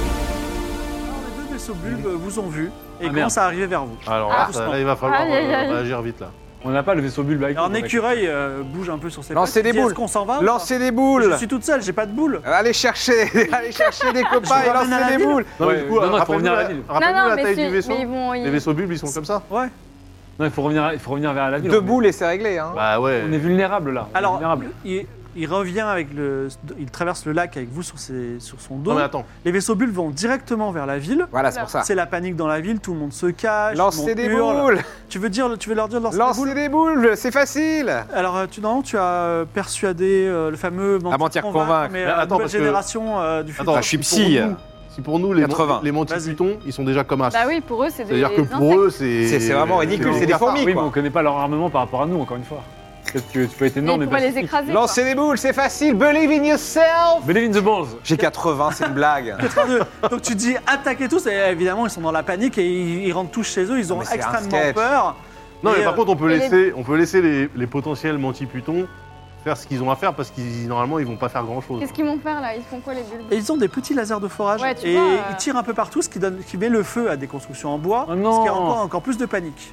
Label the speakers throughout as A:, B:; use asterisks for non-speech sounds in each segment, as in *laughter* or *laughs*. A: Les deux vaisseaux bulbes vous ont vu et
B: Ah, merde.
A: commencent à arriver vers vous.
C: Alors
A: Ah.
C: là, ça- là, il va falloir
D: Aïe, aïe,
C: euh,
D: aïe.
C: réagir vite là.
B: On n'a pas le vaisseau bulbe avec
A: Alors, un
B: nous, mec.
A: écureuil euh, bouge un peu sur ses pattes,
E: Lancez des
A: dit,
E: boules.
A: Est-ce qu'on s'en va ou pas
E: Lancez des
A: Je
E: boules
A: suis toute seule, j'ai pas de boules.
E: Allez chercher, *laughs* allez chercher des copains
A: Je
E: et
A: vous ramène à la
E: lancez des
A: ville.
E: boules
C: Non, mais
B: Ouais,
C: du coup,
B: non, non, il faut
C: rappelle-nous
B: revenir à
C: la,
B: la ville.
C: rappelle-nous la taille
D: si-
C: du vaisseau.
D: mais ils vont. ils-
C: Les vaisseaux bulbes, ils sont comme ça
A: Ouais.
B: Non, il faut revenir, il faut revenir vers la ville.
E: Deux
B: on est-
E: boules et c'est réglé. Hein.
C: Bah ouais.
B: On est vulnérable là. on est
A: Alors,
B: vulnérable.
A: il, il revient avec le. Il traverse le lac avec vous sur, ses- sur son dos.
C: Non, mais attends.
A: Les vaisseaux bulbes vont directement vers la ville.
E: Voilà, c'est pour ça.
A: C'est la panique dans la ville, tout le monde se cache. tout le
E: Ah. Lancez
A: monde
E: des
A: hurle.
E: boules
A: Tu veux, dire, tu veux leur dire de lancer des boules
E: Lancez des boules, c'est facile
A: Alors, euh, tu, normalement, tu as euh, persuadé euh, le fameux mentir,
E: mentir,
A: convaincre,
E: convaincre.
A: mais
C: Mais
A: euh,
C: attends,
A: nouvelle
C: parce que-
A: génération euh, du futur.
C: Attends,
E: je suis
C: si pour
E: psy.
C: nous- Si pour nous, les,
E: 80.
C: les mantis
A: Vas-y.
C: pythons, ils sont déjà comme as.
D: Bah oui, pour eux, c'est des.
C: C'est-à-dire que pour eux, c'est.
E: C'est- c'est vraiment ridicule, c'est des
C: gaffes.
E: fourmis
B: Oui, mais
E: quoi.
B: on connaît pas leur armement par rapport à nous, encore une fois. Peut-être que tu peux être
D: Non,
B: énorme,
D: mais
B: mais
D: ils pourraient les
B: pacifique.
D: écraser. quoi.
E: Lancez des boules, c'est facile, believe in yourself
B: Believe in the balls.
E: J'ai 80, c'est
A: *laughs*
E: une blague.
A: 82. Donc tu dis attaquez tous et évidemment ils sont dans la panique et ils, ils rentrent tous chez eux, ils ont
E: mais c'est un
A: extrêmement
E: sketch.
A: peur.
C: Non, mais
A: Et,
C: par
A: euh,
C: contre, on peut
D: et les-
C: laisser, on peut laisser les, les potentiels mantis pythons faire ce qu'ils ont à faire parce qu'ils normalement, ils vont pas faire grand chose.
D: Qu'est-ce qu'ils vont faire là Ils font quoi les bulbes
A: Et ils ont des petits lasers de forage
D: Ouais, tu
A: et
D: vois, euh,
A: ils tirent un peu partout, ce qui, donne, qui met le feu à des constructions en bois,
B: Oh non.
A: ce qui rend encore, encore plus de panique.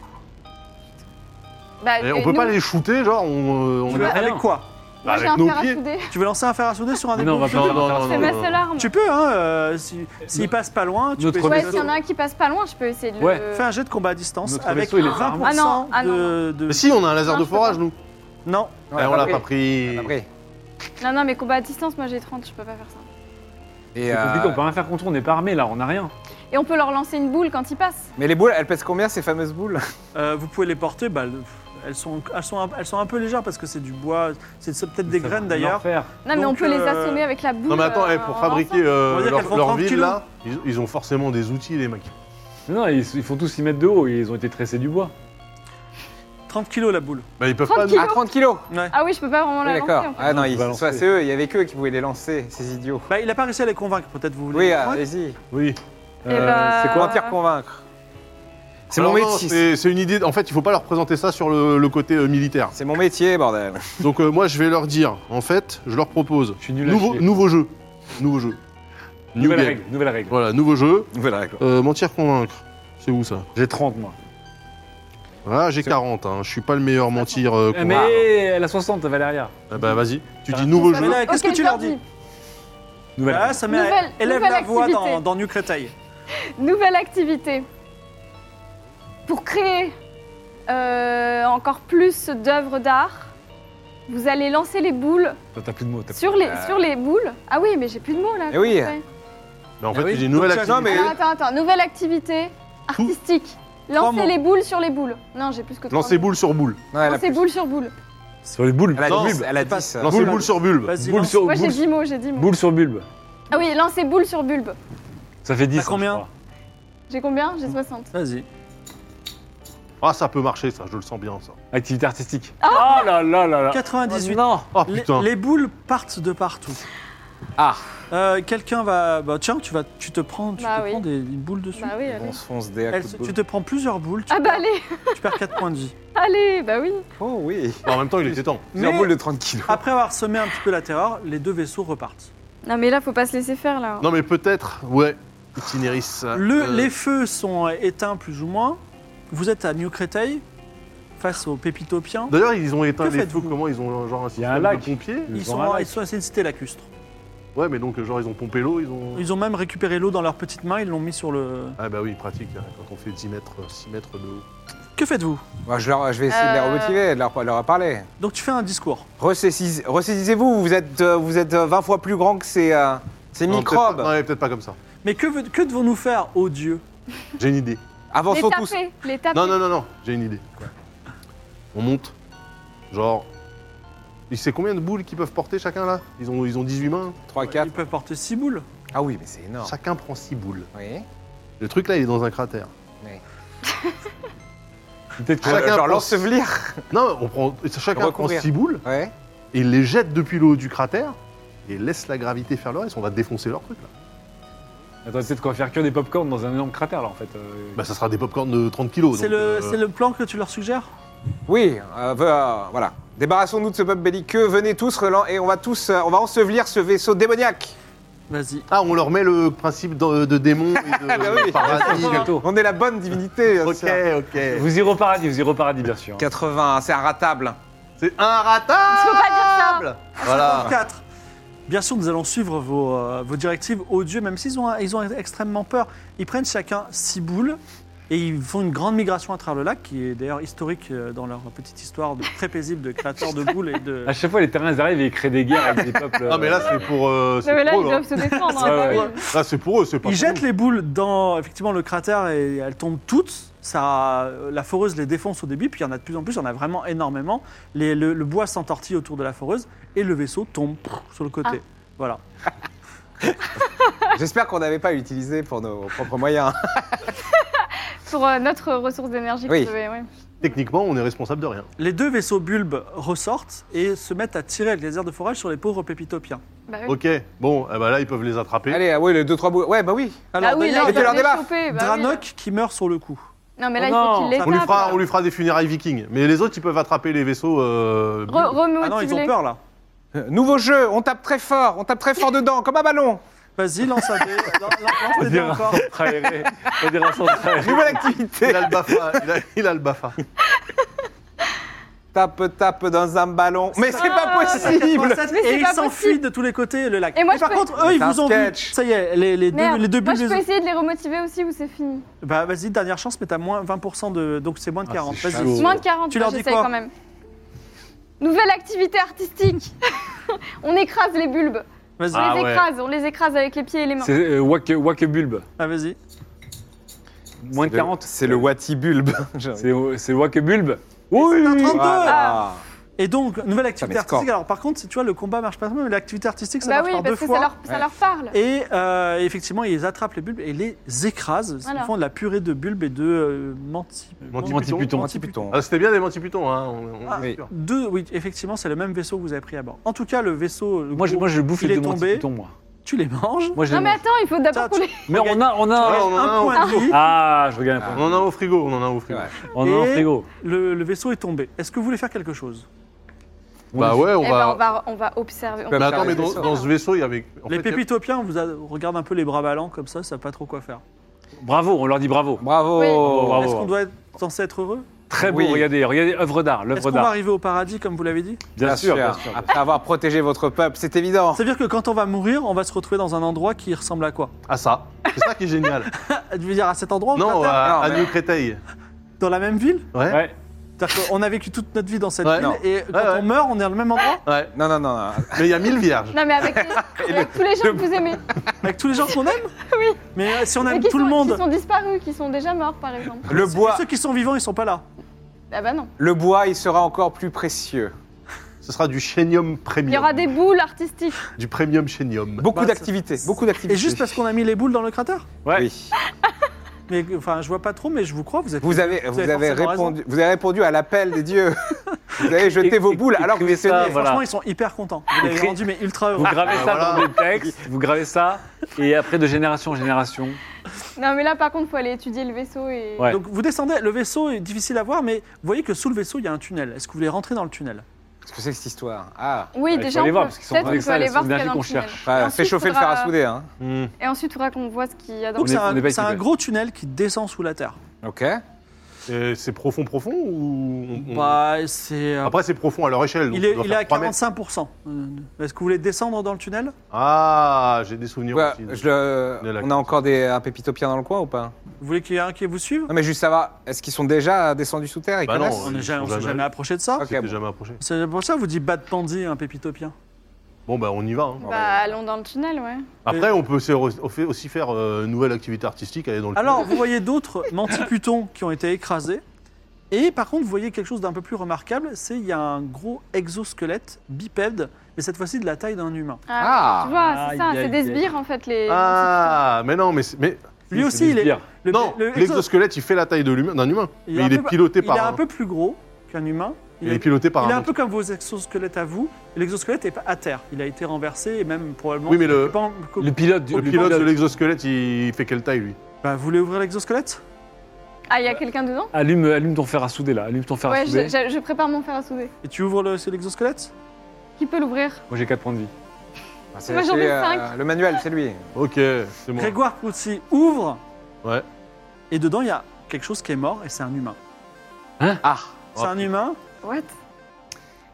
D: Bah,
C: Et on peut
D: nous,
C: pas les shooter, genre, on. on
A: Tu
B: a
A: veux-
B: rien.
A: avec quoi
C: bah,
D: Moi, j'ai
C: avec
D: un
C: nos
D: fer à
C: pieds.
D: souder.
A: Tu veux lancer un fer à souder sur un des
B: Mais non, on va
A: bouts
B: pas. on va pas-
C: Non,
D: C'est
C: non,
D: ma
C: non.
D: seule arme.
A: Tu peux, hein, euh, si- s'il passe pas loin, tu
B: Notre
A: peux
D: Ouais,
B: vaisseau.
A: essayer
D: s'il y en a un qui passe pas loin, je peux essayer de le.
B: Ouais,
A: Fais un jet de combat à distance
B: Notre
A: avec
B: vaisseau, il est
A: 20%
B: armé.
D: Ah non, ah non.
A: de, de-
C: Mais si, on a un laser
D: Non,
C: de
D: je peux
C: forage,
D: pas.
C: nous.
A: Non,
C: Eh, on l'a pas
E: On
C: pris.
E: l'a pris.
D: Non, non, mais combat à distance, moi j'ai 30, je peux pas faire ça.
E: Et,
B: C'est compliqué,
E: euh,
B: on peut rien faire contre, on n'est pas armé là, on a rien.
D: Et on peut leur lancer une boule quand ils passent.
E: Mais les boules, elles pèsent combien ces fameuses boules
A: euh, vous pouvez les porter. Bah, le- elles, sont, elles, sont un, elles sont un peu légères parce que c'est du bois, c'est c'est peut-être des
B: Ça va
A: graines
B: rien
A: d'ailleurs.
B: faire.
D: Non, mais on
A: Donc,
D: peut les
A: euh,
D: assommer avec la boule.
C: Non, mais attends,
D: euh,
C: eh, pour
D: en
C: fabriquer euh,
A: On va dire
C: leur,
A: qu'elles font
C: leur
A: 30
C: ville
A: kilos.
C: là, ils, ils ont forcément des outils, les mecs.
B: Mais Non, ils, ils font tous 6 mètres de haut, ils ont été tressés du bois.
A: 30 kilos la boule.
C: Bah, ils peuvent
D: 30
C: pas.
D: kilos.
E: À 30 kilos
A: Ouais.
D: Ah oui, je peux pas vraiment
E: Oui,
D: la
E: d'accord.
D: lancer en fait.
E: Ah non,
B: Non,
E: ils-
B: faut
E: soit
B: balancer.
E: c'est eux, il y avait qu'eux qui pouvaient les lancer, ces idiots.
A: Bah, il a pas réussi à les convaincre, peut-être vous voulez. ben,
E: Oui,
A: les convaincre
E: allez-y.
C: Oui.
D: Eh bah,
E: C'est quoi mentir, convaincre C'est mon
C: Euh, Alors, non,
E: métier.
C: C'est c'est une idée. En fait, il faut pas leur présenter ça sur le, le côté euh, militaire.
E: C'est mon métier, bordel.
C: Donc euh, moi, je vais leur dire. En fait, je leur propose
B: Je suis nul à
C: nouveau,
B: chier.
C: nouveau jeu, nouveau jeu, New
B: Nouvelle
C: game.
B: règle, nouvelle règle.
C: Voilà, nouveau jeu.
E: Voilà, quoi.
C: Euh, mentir convaincre. C'est où ça
B: J'ai 30 moi.
C: Ah, j'ai
B: C'est-
C: 40. Hein. Je suis pas le meilleur mentir. euh,
B: Eh,
C: convaincre.
B: Mais elle a 60, Valéria.
C: Ah bah vas-y. Tu
B: Ah.
C: dis nouveau
A: Mais
C: jeu.
A: là, qu'est-ce
D: Ok,
A: que tu
D: je
A: leur dis
B: Nouvelle
A: Ah,
B: règle.
A: ça met-
D: Nouvelle-
A: élève
D: nouvelle
A: la voix
D: activité.
A: dans, dans New Créteil.
D: Nouvelle activité. Pour créer euh, encore plus d'œuvres d'art, vous allez lancer les boules
B: Toi, T'as plus de mots. t'as-
D: sur les,
E: Euh.
D: sur les boules. Ah oui, mais j'ai plus de mots là.
E: Eh oui.
D: comment on fait
C: Mais en fait,
E: Ah oui.
C: tu dis nouvelle
E: Donc, ça-
C: activité.
E: non, mais-
D: Alors, attends, attends. Nouvelle activité artistique.
A: Trois mots.
D: Lancer les boules sur les boules. Non, j'ai plus que trois.
C: Lancer
D: mots.
C: boule sur boule.
E: Non, elle a
D: Lancer
E: plus.
D: boule sur boule.
B: Sur les boules.
E: Elle a
C: Non,
E: 10, elle a
A: c'est pas-
E: 10.
C: Lancer
A: Boule.
C: hein. boule sur bulle.
A: Vas-y,
B: Boule
A: lance.
B: sur
D: Moi j'ai
B: boule.
D: dix mots, j'ai dix mots.
B: Boule sur bulbe.
D: Ah oui, lancer boule sur bulbe.
B: Ça fait 10.
A: T'as combien
B: je crois.
D: J'ai combien J'ai 60.
A: Vas-y.
C: Ah, ça peut marcher, ça. Je le sens bien, ça.
B: Activité artistique. Ah là là là là.
A: 98.
B: Oh Non.
C: Ah
A: Les,
C: putain.
A: les boules partent de partout.
E: Ah.
A: Euh, Quelqu'un va. Bah, tiens, tu, vas, tu te prends, tu
D: Bah
A: te
D: oui.
A: prends des, une boule dessus.
D: Bah oui, allez.
E: On se fonce des à
A: Elle
E: coups de
A: se- tu
E: boule.
A: te prends plusieurs boules, tu,
D: Ah bah allez, *laughs*
A: tu perds 4 points de
E: *laughs*
A: vie.
D: allez, bah oui.
E: Oh oui.
C: Bah, en même temps, il était temps.
E: Plusieurs
A: Mais-
E: boules de 30 kilos.
C: Ah.
A: Après avoir semé un petit peu la terreur, les deux vaisseaux repartent.
D: Non mais là, faut pas se laisser faire là.
C: Non, mais peut-être, ouais. Itinéris.
E: Ah,
C: euh,
A: Le, Les feux sont euh, éteints plus ou moins. Vous êtes à New Créteil, face aux Pépitopiens.
C: D'ailleurs, ils ont éteint
A: Que
C: les feux.
A: faites-vous
C: Comment ils ont euh, genre un
B: Il y
C: système
B: a un lac.
C: de pompiers
A: Ils
B: ont
A: sont,
B: un lac.
A: ils sont c'est une cité lacustre.
C: Ouais, mais donc euh, genre ils ont pompé l'eau, ils ont.
A: Ils ont même récupéré l'eau dans leurs petites mains, ils l'ont mis sur le.
C: Ah bah oui, pratique hein, quand on fait 10 mètres, euh, 6 mètres de haut.
A: Que faites-vous
E: Moi, je, leur- je vais essayer de les
D: Euh.
E: remotiver, de leur, leur parler.
A: Donc tu fais un discours.
E: Ressaisissez- Ressaisissez-vous, vous êtes, euh, vous êtes euh, 20 fois plus grand que ces, euh, ces
C: Non, peut-être pas-
E: microbes.
C: Non, ouais, peut-être pas comme ça.
A: Mais que, veut- que devons-nous faire, ô Dieu
C: J'ai une idée.
D: Les
E: Avançons tous.
D: taper, les taper.
C: Non, non, non, non, j'ai une idée. On monte. Genre. Il sait combien de boules qu'ils peuvent porter chacun là ils ont, ils ont 18 mains.
E: 3,
A: Ils
E: 4.
A: peuvent porter six boules.
E: Ah oui, mais c'est énorme.
C: Chacun prend 6 boules.
E: Oui.
C: Le truc là, il est dans un cratère.
B: Peut-être que-
C: Chacun
E: Ah, Genre
C: prend-
E: l'ensevelir.
C: Non, on prend, chacun
E: Recouvrir.
C: prend 6 boules
E: Ouais.
C: et il les jette depuis le haut du cratère et laisse la gravité faire le reste. On va défoncer leur truc là.
B: Attends, peut-être qu'on va faire que des popcorn dans un énorme cratère là en fait. euh.
C: Bah, ça sera des popcorns de 30 kilos.
A: C'est
C: donc,
A: le,
C: euh,
A: c'est le plan que tu leur suggères
E: Oui, euh, ve- euh, voilà. Débarrassons-nous de ce peuple belliqueux. Venez tous, Roland, et on va tous, euh, on va ensevelir ce vaisseau démoniaque.
A: Vas-y.
C: Ah, on leur met le principe de, de démon et de
E: *laughs* Ah bah oui.
C: paradis.
B: Gâteau.
E: On est la bonne divinité.
C: Oh. ok,
E: ça.
C: ok.
B: Vous irez au paradis, vous irez au paradis bien sûr.
E: 80, c'est inratable.
C: C'est un ratable
D: Il faut pas dire
C: Voilà.
A: 4. Bien sûr, nous allons suivre vos, euh, vos directives odieux, même s'ils ont, ils ont extrêmement peur. Ils prennent chacun 6 boules et ils font une grande migration à travers le lac, qui est d'ailleurs historique euh, dans leur petite histoire de très paisible de créateurs de boules et de.
B: À chaque fois les terrains ils arrivent et ils créent des guerres avec des peuples.
C: Non, Ah, mais là, c'est pour, euh,
D: Non, mais
C: c'est
D: là,
A: Oh
C: pour
D: ils
C: eux. hein.
D: doivent
A: *laughs*
D: se
A: Ah
D: défendre.
B: Ouais,
D: hein, bah
B: ouais.
D: oui.
C: Là, c'est pour eux, c'est pas
A: Ils
C: pour
A: jettent
C: nous.
A: les boules dans effectivement le cratère et elles tombent toutes. Ça, la foreuse les défonce au début, puis il y en a de plus en plus, il y en a vraiment énormément. Les- le, le bois s'entortille autour de la foreuse et le vaisseau tombe prrr, sur le côté.
D: Ah.
A: Voilà.
E: J'espère qu'on n'avait pas utilisé pour nos propres moyens.
D: Pour euh, notre ressource d'énergie.
E: Oui.
D: qu'on devait- ouais.
C: Techniquement, on est responsable de rien.
A: Les deux vaisseaux bulbes ressortent et se mettent à tirer avec les airs de forage sur les pauvres pépitopiens.
D: Bah oui.
C: Ok, bon, eh ben là, ils peuvent les attraper.
E: Allez, ah oui, les deux, trois bouts. Ouais, bah oui.
D: Ah oui, là,
A: d'ailleurs,
D: ils
E: Mais tu
D: doivent
E: leur
D: les
E: débaffes.
D: choper. bah oui.
A: Dranok qui meurt sur le coup.
D: Non, mais là,
B: Oh
D: il faut
B: non.
D: qu'ils les
C: on, lui
D: tapent.
C: fera, on lui fera des funérailles vikings. Mais les autres, ils peuvent attraper les vaisseaux. euh,
D: Re- remotiver.
A: Ah non, ils ont peur là.
E: Euh, Nouveau jeu, on tape très fort, on tape très fort dedans, comme un ballon.
A: Vas-y, lance un dé. Lan-
E: *laughs*
A: lan- Lance
B: On
A: tes dés
B: dirait un
A: encore.
B: centre aéré. On dirait un
A: *laughs*
B: centre aéré.
E: Nouvelle activité.
C: Il a le bafa. il, a, il a le bafa.
E: Tape, tape dans un ballon. Mais c'est pas possible.
D: Ah, Mais c'est
A: Et ils
D: pas
A: s'enfuient
D: possible.
A: de tous les côtés, le lac.
D: Et moi,
A: Mais
D: je
A: par
D: peux-
A: contre, eux, ils
E: C'est un
A: vous ont vu.
E: sketch.
A: Ça y est, les, les deux,
D: Merde.
A: les deux
D: Moi,
A: bulles.
D: je
A: les
D: peux
A: ont-
D: essayer de les remotiver aussi ou c'est fini
A: Bah vas-y, dernière chance, mais t'as moins 20% de. Donc c'est moins de
C: Ah,
A: 40.
C: c'est
A: Vas-y.
C: chaud.
D: Moins de 40,
A: Oh. Tu leur dis
D: j'essaye
A: quoi
D: quand même. Nouvelle activité artistique *laughs* On écrase les bulbes.
A: Vas-y.
D: On
C: Ah
D: les
C: ouais.
D: écrase, on les écrase avec les pieds et les mains.
B: C'est euh, Wak Wak Bulb.
A: Ah, vas-y.
B: Moins de 40.
E: C'est le Wati Bulb.
B: C'est c'est Wak Bulb. Oui.
A: un trente.
E: Voilà.
D: Ah.
A: Et donc, nouvelle activité
E: mais score.
A: artistique. Alors par contre, tu vois, le combat marche pas, mais l'activité artistique, ça
D: bah
A: marche
D: oui,
A: par deux
D: parce que
A: fois.
D: ça leur, ça
E: Ouais.
D: leur parle.
A: Et euh, effectivement, ils attrapent les bulbes et les écrasent.
D: Voilà.
A: Ils font de la purée de bulbes et de euh, menti-
B: Mantiputon.
E: Mantiputon.
C: Ah, C'était bien des mantiputons, hein. on- on
A: Ah,
C: est
E: oui.
C: sûr.
A: Deux, oui, effectivement, c'est le même vaisseau que vous avez pris à bord. En tout cas, le vaisseau, le
B: Moi je,
A: gros,
B: moi je bouffe
A: Il
B: les
A: est
B: deux
A: tombé.
B: Mantiputon moi.
A: tu les manges.
B: Moi je
D: Non
B: les
D: mais
B: mange.
D: attends, il faut d'abord
A: Ça,
D: qu'on les...
B: Mais on a on
C: Ouais,
B: a
C: on en a
A: un
C: un au-
A: point de vie.
B: Ah, je regarde un
C: on en a un au frigo, on en a un au frigo.
E: Ouais.
B: On a un
A: Ah. Et-
B: frigo.
A: Le, le vaisseau est tombé. Est-ce que vous voulez faire quelque chose
C: Bah ouais, on
D: Eh ben,
C: va.
D: on, va, on va observer. on
C: Mais
D: va
C: attends, mais
D: observer
C: dans,
D: ça.
C: dans ce vaisseau, il y avait. en
A: Les
C: fait, il y a-
A: pépitopiens vous a- regardent un peu les bras ballants comme ça, ça savent pas trop quoi faire.
B: Bravo, on leur dit bravo.
E: Bravo.
D: Oui.
B: Bravo,
A: Est-ce qu'on doit être censé être heureux
B: Très beau,
E: Oui.
B: regardez, regardez œuvre d'art,
A: Est-ce
B: l'œuvre
A: qu'on va
B: d'art.
A: arriver au paradis comme vous l'avez dit
B: Bien sûr, bien sûr.
E: Après avoir protégé votre peuple, c'est évident.
A: C'est-à-dire que quand on va mourir, on va se retrouver dans un endroit qui ressemble à quoi Euh,
C: Ah, ça. C'est ça qui est génial.
A: *laughs* Tu veux dire à cet endroit au
C: non,
A: cratère
C: à,
E: Non,
C: à
E: mais-
C: New Créteil.
A: Dans la même ville
C: Ouais.
B: Ouais.
A: C'est-à-dire qu'on a vécu toute notre vie dans cette
C: Ouais.
A: ville
E: Non.
A: et quand
C: Ouais, ouais.
A: on meurt, on est dans le même endroit
C: Ouais.
E: Non, non, non, non.
C: Mais il y a 1000 vierges.
D: Non mais avec,
A: *laughs*
D: les- avec tous les gens que vous aimez.
A: avec tous les gens qu'on aime
D: Oui.
A: Mais euh, si on
D: Mais
A: aime
D: qui
A: tout
D: sont,
A: le monde,
D: Qui sont disparus, qui sont déjà morts par exemple.
E: Le bois,
A: ceux qui sont vivants, ils sont pas là.
D: Ah bah non.
E: le bois, il sera encore plus précieux.
C: Ce sera du chénium premium.
D: Il y aura des boules artistiques.
C: Du premium chénium.
E: Beaucoup
A: Bah, ça-
E: d'activités, beaucoup d'activités.
A: Et juste parce qu'on a mis les boules dans le cratère
B: Ouais.
E: Oui.
A: Mais enfin, je vois pas trop, mais je vous crois, vous êtes.
E: Vous avez, vous, avez
A: forcément
E: répondu, vous avez répondu à l'appel des dieux. vous avez jeté
B: Et-
E: vos
B: et-
E: boules alors que vous
B: écrivez ça,
E: essayez.
B: voilà.
A: Franchement, ils sont hyper contents. Vous l'avez
B: Écrit-
A: rendu, mais ultra
B: Vous
A: heureux.
B: gravez
C: Ah,
B: ça
C: voilà.
B: dans des textes, vous gravez ça, et après de génération en génération.
D: Non mais là par contre, faut aller étudier le vaisseau et...
B: Ouais.
A: Donc vous descendez, le vaisseau est difficile à voir, mais vous voyez que sous le vaisseau, il y a un tunnel. Est-ce que vous voulez rentrer dans le tunnel
E: Qu'est-ce que c'est que cette histoire Ah,
D: Oui,
B: il faut
D: déjà,
B: aller
D: on
B: voir,
D: peut,
B: parce qu'ils sont
D: peut-être
B: en train
D: on peut aller voir
B: d'extraire la
D: ce qu'il y a dans le
B: source d'énergie
D: tunnel.
E: Enfin,
D: Ensuite,
E: fait chauffer
D: faudra-
E: le fer à souder. Hein.
C: Hmm.
D: Et ensuite, il faudra qu'on voit ce qu'il y a dans
A: Donc
D: le
A: c'est
B: est- on est
A: un,
B: pas
A: c'est un
B: équipé.
A: gros tunnel qui descend sous la terre.
E: Ok.
C: Et C'est profond, profond ou. on- on-
A: Bah, c'est. euh,
C: Après, c'est profond à leur échelle. donc
A: il est,
C: Ah, on doit
A: il est
C: faire
A: à
C: trois mètres.
A: 45%. Euh, Est-ce que vous voulez descendre dans le tunnel
C: Ah, j'ai des souvenirs
E: Ouais,
C: aussi.
E: Bah, je le-
C: de la-
E: On a encore des, un pépitopien dans le coin ou pas
A: Vous voulez qu'il y ait un qui vous suive
E: Non, mais juste savoir, est-ce qu'ils sont déjà descendus sous terre et
C: Bah non,
E: connaissent
A: On ne
C: ils
A: s'est
C: sont
A: jamais,
C: jamais allés.
A: approché de ça.
E: Ok,
C: C'était
E: bon.
C: jamais approché.
A: C'est pour ça que vous dites bad dandy, un pépitopien.
C: Bon, bah, on y va. hein.
D: Bah, allons dans le tunnel, ouais.
C: Après, on peut se- au- fait aussi faire euh, une nouvelle activité artistique, aller dans le
A: Alors, vous voyez
C: *laughs*
A: d'autres mantiputons qui ont été écrasés. Et par contre, vous voyez quelque chose d'un peu plus remarquable, c'est il y a un gros exosquelette bipède, mais cette fois-ci de la taille d'un humain.
E: Ah.
D: Tu vois, c'est
A: Aïe,
D: ça, c'est
A: aïe,
D: des
A: aïe.
D: sbires en fait, les.
C: Ah, mais non, mais. c'est- mais
A: Lui aussi, il est... le-
C: non,
A: le exo-
C: l'exosquelette, il fait la taille de l'humain- d'un humain.
A: Il est
C: mais
A: un
C: il est
A: peu-
C: piloté
A: il
C: par
A: est
C: un.
A: un peu plus gros qu'un humain.
C: Il est piloté par
A: il est
C: un.
A: un peu comme vos exosquelettes à vous. et L'exosquelette est pas à terre. Il a été renversé et même probablement.
C: Oui, mais le-
A: Pan-
B: Le pilote du
C: Le pilote de l'exosquelette, il fait quelle taille, lui
A: Bah, vous voulez ouvrir l'exosquelette
D: Ah, il y a quelqu'un dedans
B: Allume, allume ton fer à souder là, allume ton fer à
D: Ouais,
B: souder.
D: je, je- je prépare mon fer à souder.
A: Et tu ouvres le- c'est l'exosquelette
D: Qui peut l'ouvrir
B: Moi j'ai 4 points de vie.
E: Ah,
D: Moi, j'en ai cinq.
E: le manuel, c'est lui.
C: Ok, c'est moi.
A: Grégoire Proutsi ouvre.
C: Ouais.
A: Et dedans, il y a quelque chose qui est mort et c'est un humain.
E: Ah.
A: C'est un humain.
D: What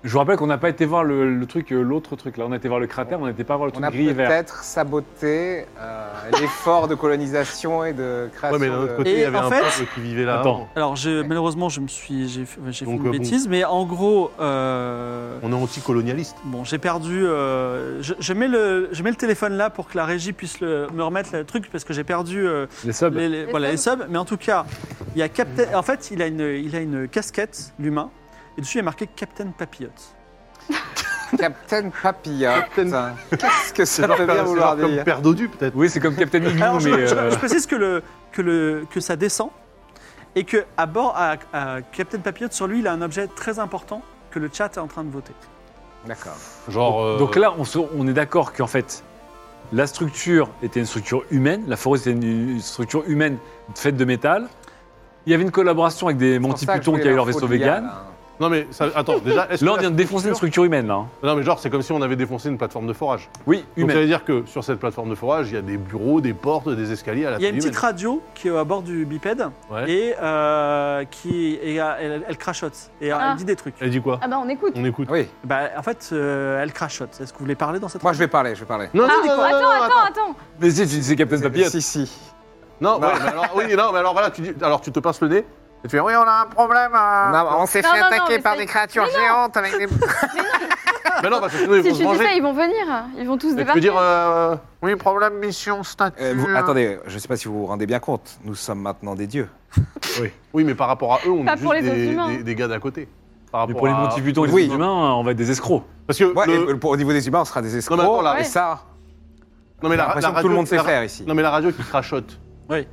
B: Je vous rappelle qu'on n'a pas été voir le, le truc, euh, l'autre truc là. On a été voir le cratère, mais on n'était pas voir le
E: On
B: truc
E: a
B: gris et vert.
E: peut-être saboté euh, l'effort de colonisation et de création.
C: Ouais, mais d'un
E: de-
C: autre côté,
A: Et
C: il y avait
A: en
C: un
A: fait-
C: peuple qui vivait là.
B: Attends.
A: Alors, j'ai- malheureusement, je me suis, j'ai fait j'ai fait
C: Donc,
A: une
C: euh, bon.
A: bêtise, mais en gros, euh,
C: On est anticolonialiste.
A: bon, j'ai perdu. euh, je, je mets le, je mets le téléphone là pour que la régie puisse le- me remettre le truc parce que j'ai perdu euh,
B: Les subs.
A: les, les- voilà, les subs. Mais en tout cas, il y a Captain. En fait, il a une, il a une casquette, l'humain, et dessus il y a marqué Captain Papillote.
E: Captain Papilla.
C: Captain-
E: Qu'est-ce que
C: C'est
E: ça
C: genre
E: peut bien
C: comme- c'est
E: vouloir
C: genre comme
E: dire
C: Père Dodu, peut-être.
B: Oui, c'est comme Captain
A: Alors,
B: Igloo,
A: je,
B: mais.
A: je-
B: euh,
A: je précise que le, que le, que ça descend et que à bord, à, à Captain Papillote sur lui, il a un objet très important que le chat est en train de voter.
E: D'accord.
C: Genre. euh,
B: Donc là, on, se- on est d'accord qu'en fait, la structure était une structure humaine, la forêt était une, une structure humaine faite de métal. Il y avait une collaboration avec des
E: C'est pour ça que je
B: Montiputons qui
E: voulais hein.
B: avaient leur
E: l'info
B: vaisseau
E: de Yann,
B: vegan.
E: là.
C: Non, mais ça-
B: *laughs*
C: attends, déjà, est-ce que.
B: Là, on
C: la
B: vient de défoncer une
C: structure-
B: structure humaine, là. hein.
C: Non, mais genre, c'est comme si on avait défoncé une plateforme de forage.
B: Oui,
C: Donc ça
B: humaine.
C: veut dire que sur cette plateforme de forage, il y a des bureaux, des portes, des escaliers à la
A: Il y a une
C: taille
A: petite radio qui est à bord du bipède
C: humaine. Ouais.
A: et euh, qui et, euh, elle, elle crachote et euh,
D: Ah.
A: elle dit des trucs.
C: Elle dit quoi
D: Ah, bah, on écoute.
C: On écoute.
E: Oui.
A: Bah, en fait, euh, elle crachote. Est-ce que vous voulez parler dans cette
E: Moi, je vais parler, je vais parler.
C: Non,
D: Ah,
A: euh,
D: attends, attends, attends.
B: Mais si, tu disais Captain Papillette.
E: Si, si.
C: Non,
E: Non.
C: ouais, mais alors, oui, non, mais alors voilà, tu, dis, alors, tu te pinces le nez et tu fais Oui, on a un problème.
D: Ah,
C: hein.
E: Non, on s'est
D: Non,
E: fait
D: non, non,
E: attaquer
D: mais
E: par
D: ça-
E: des créatures géantes avec des.
C: Mais non, parce que sinon, ils
D: Si
C: vont
D: tu
C: se
D: dis ça,
C: manger.
D: ils vont venir. Ils vont tous
C: Et tu peux
D: débarquer.
C: dire euh, *laughs* Oui, problème, mission, statut.
E: Euh, vous- attendez, je ne sais pas si vous vous rendez bien compte, nous sommes maintenant des dieux.
C: Oui. Oui, mais par rapport à eux, on
D: Pas
C: est
D: pour
C: juste
D: les autres
C: des,
D: humains.
C: des- des gars d'à côté. Par
B: Mais
C: rapport
B: pour les
C: à-
B: Montiputons et les
E: Ah. Oui.
B: autres humains, euh, on va être des escrocs.
C: Parce que.
E: Ouais,
C: le-
E: et pour- au niveau des humains, on sera des escrocs.
C: Non, mais attends, là,
E: Et
D: Ouais.
E: ça,
C: Non, mais
E: j'ai
C: la, la
E: l'impression que
C: radio.
E: tout le monde sait
C: la-
E: faire ici.
C: Non, mais la radio qui crachote.
A: Oui.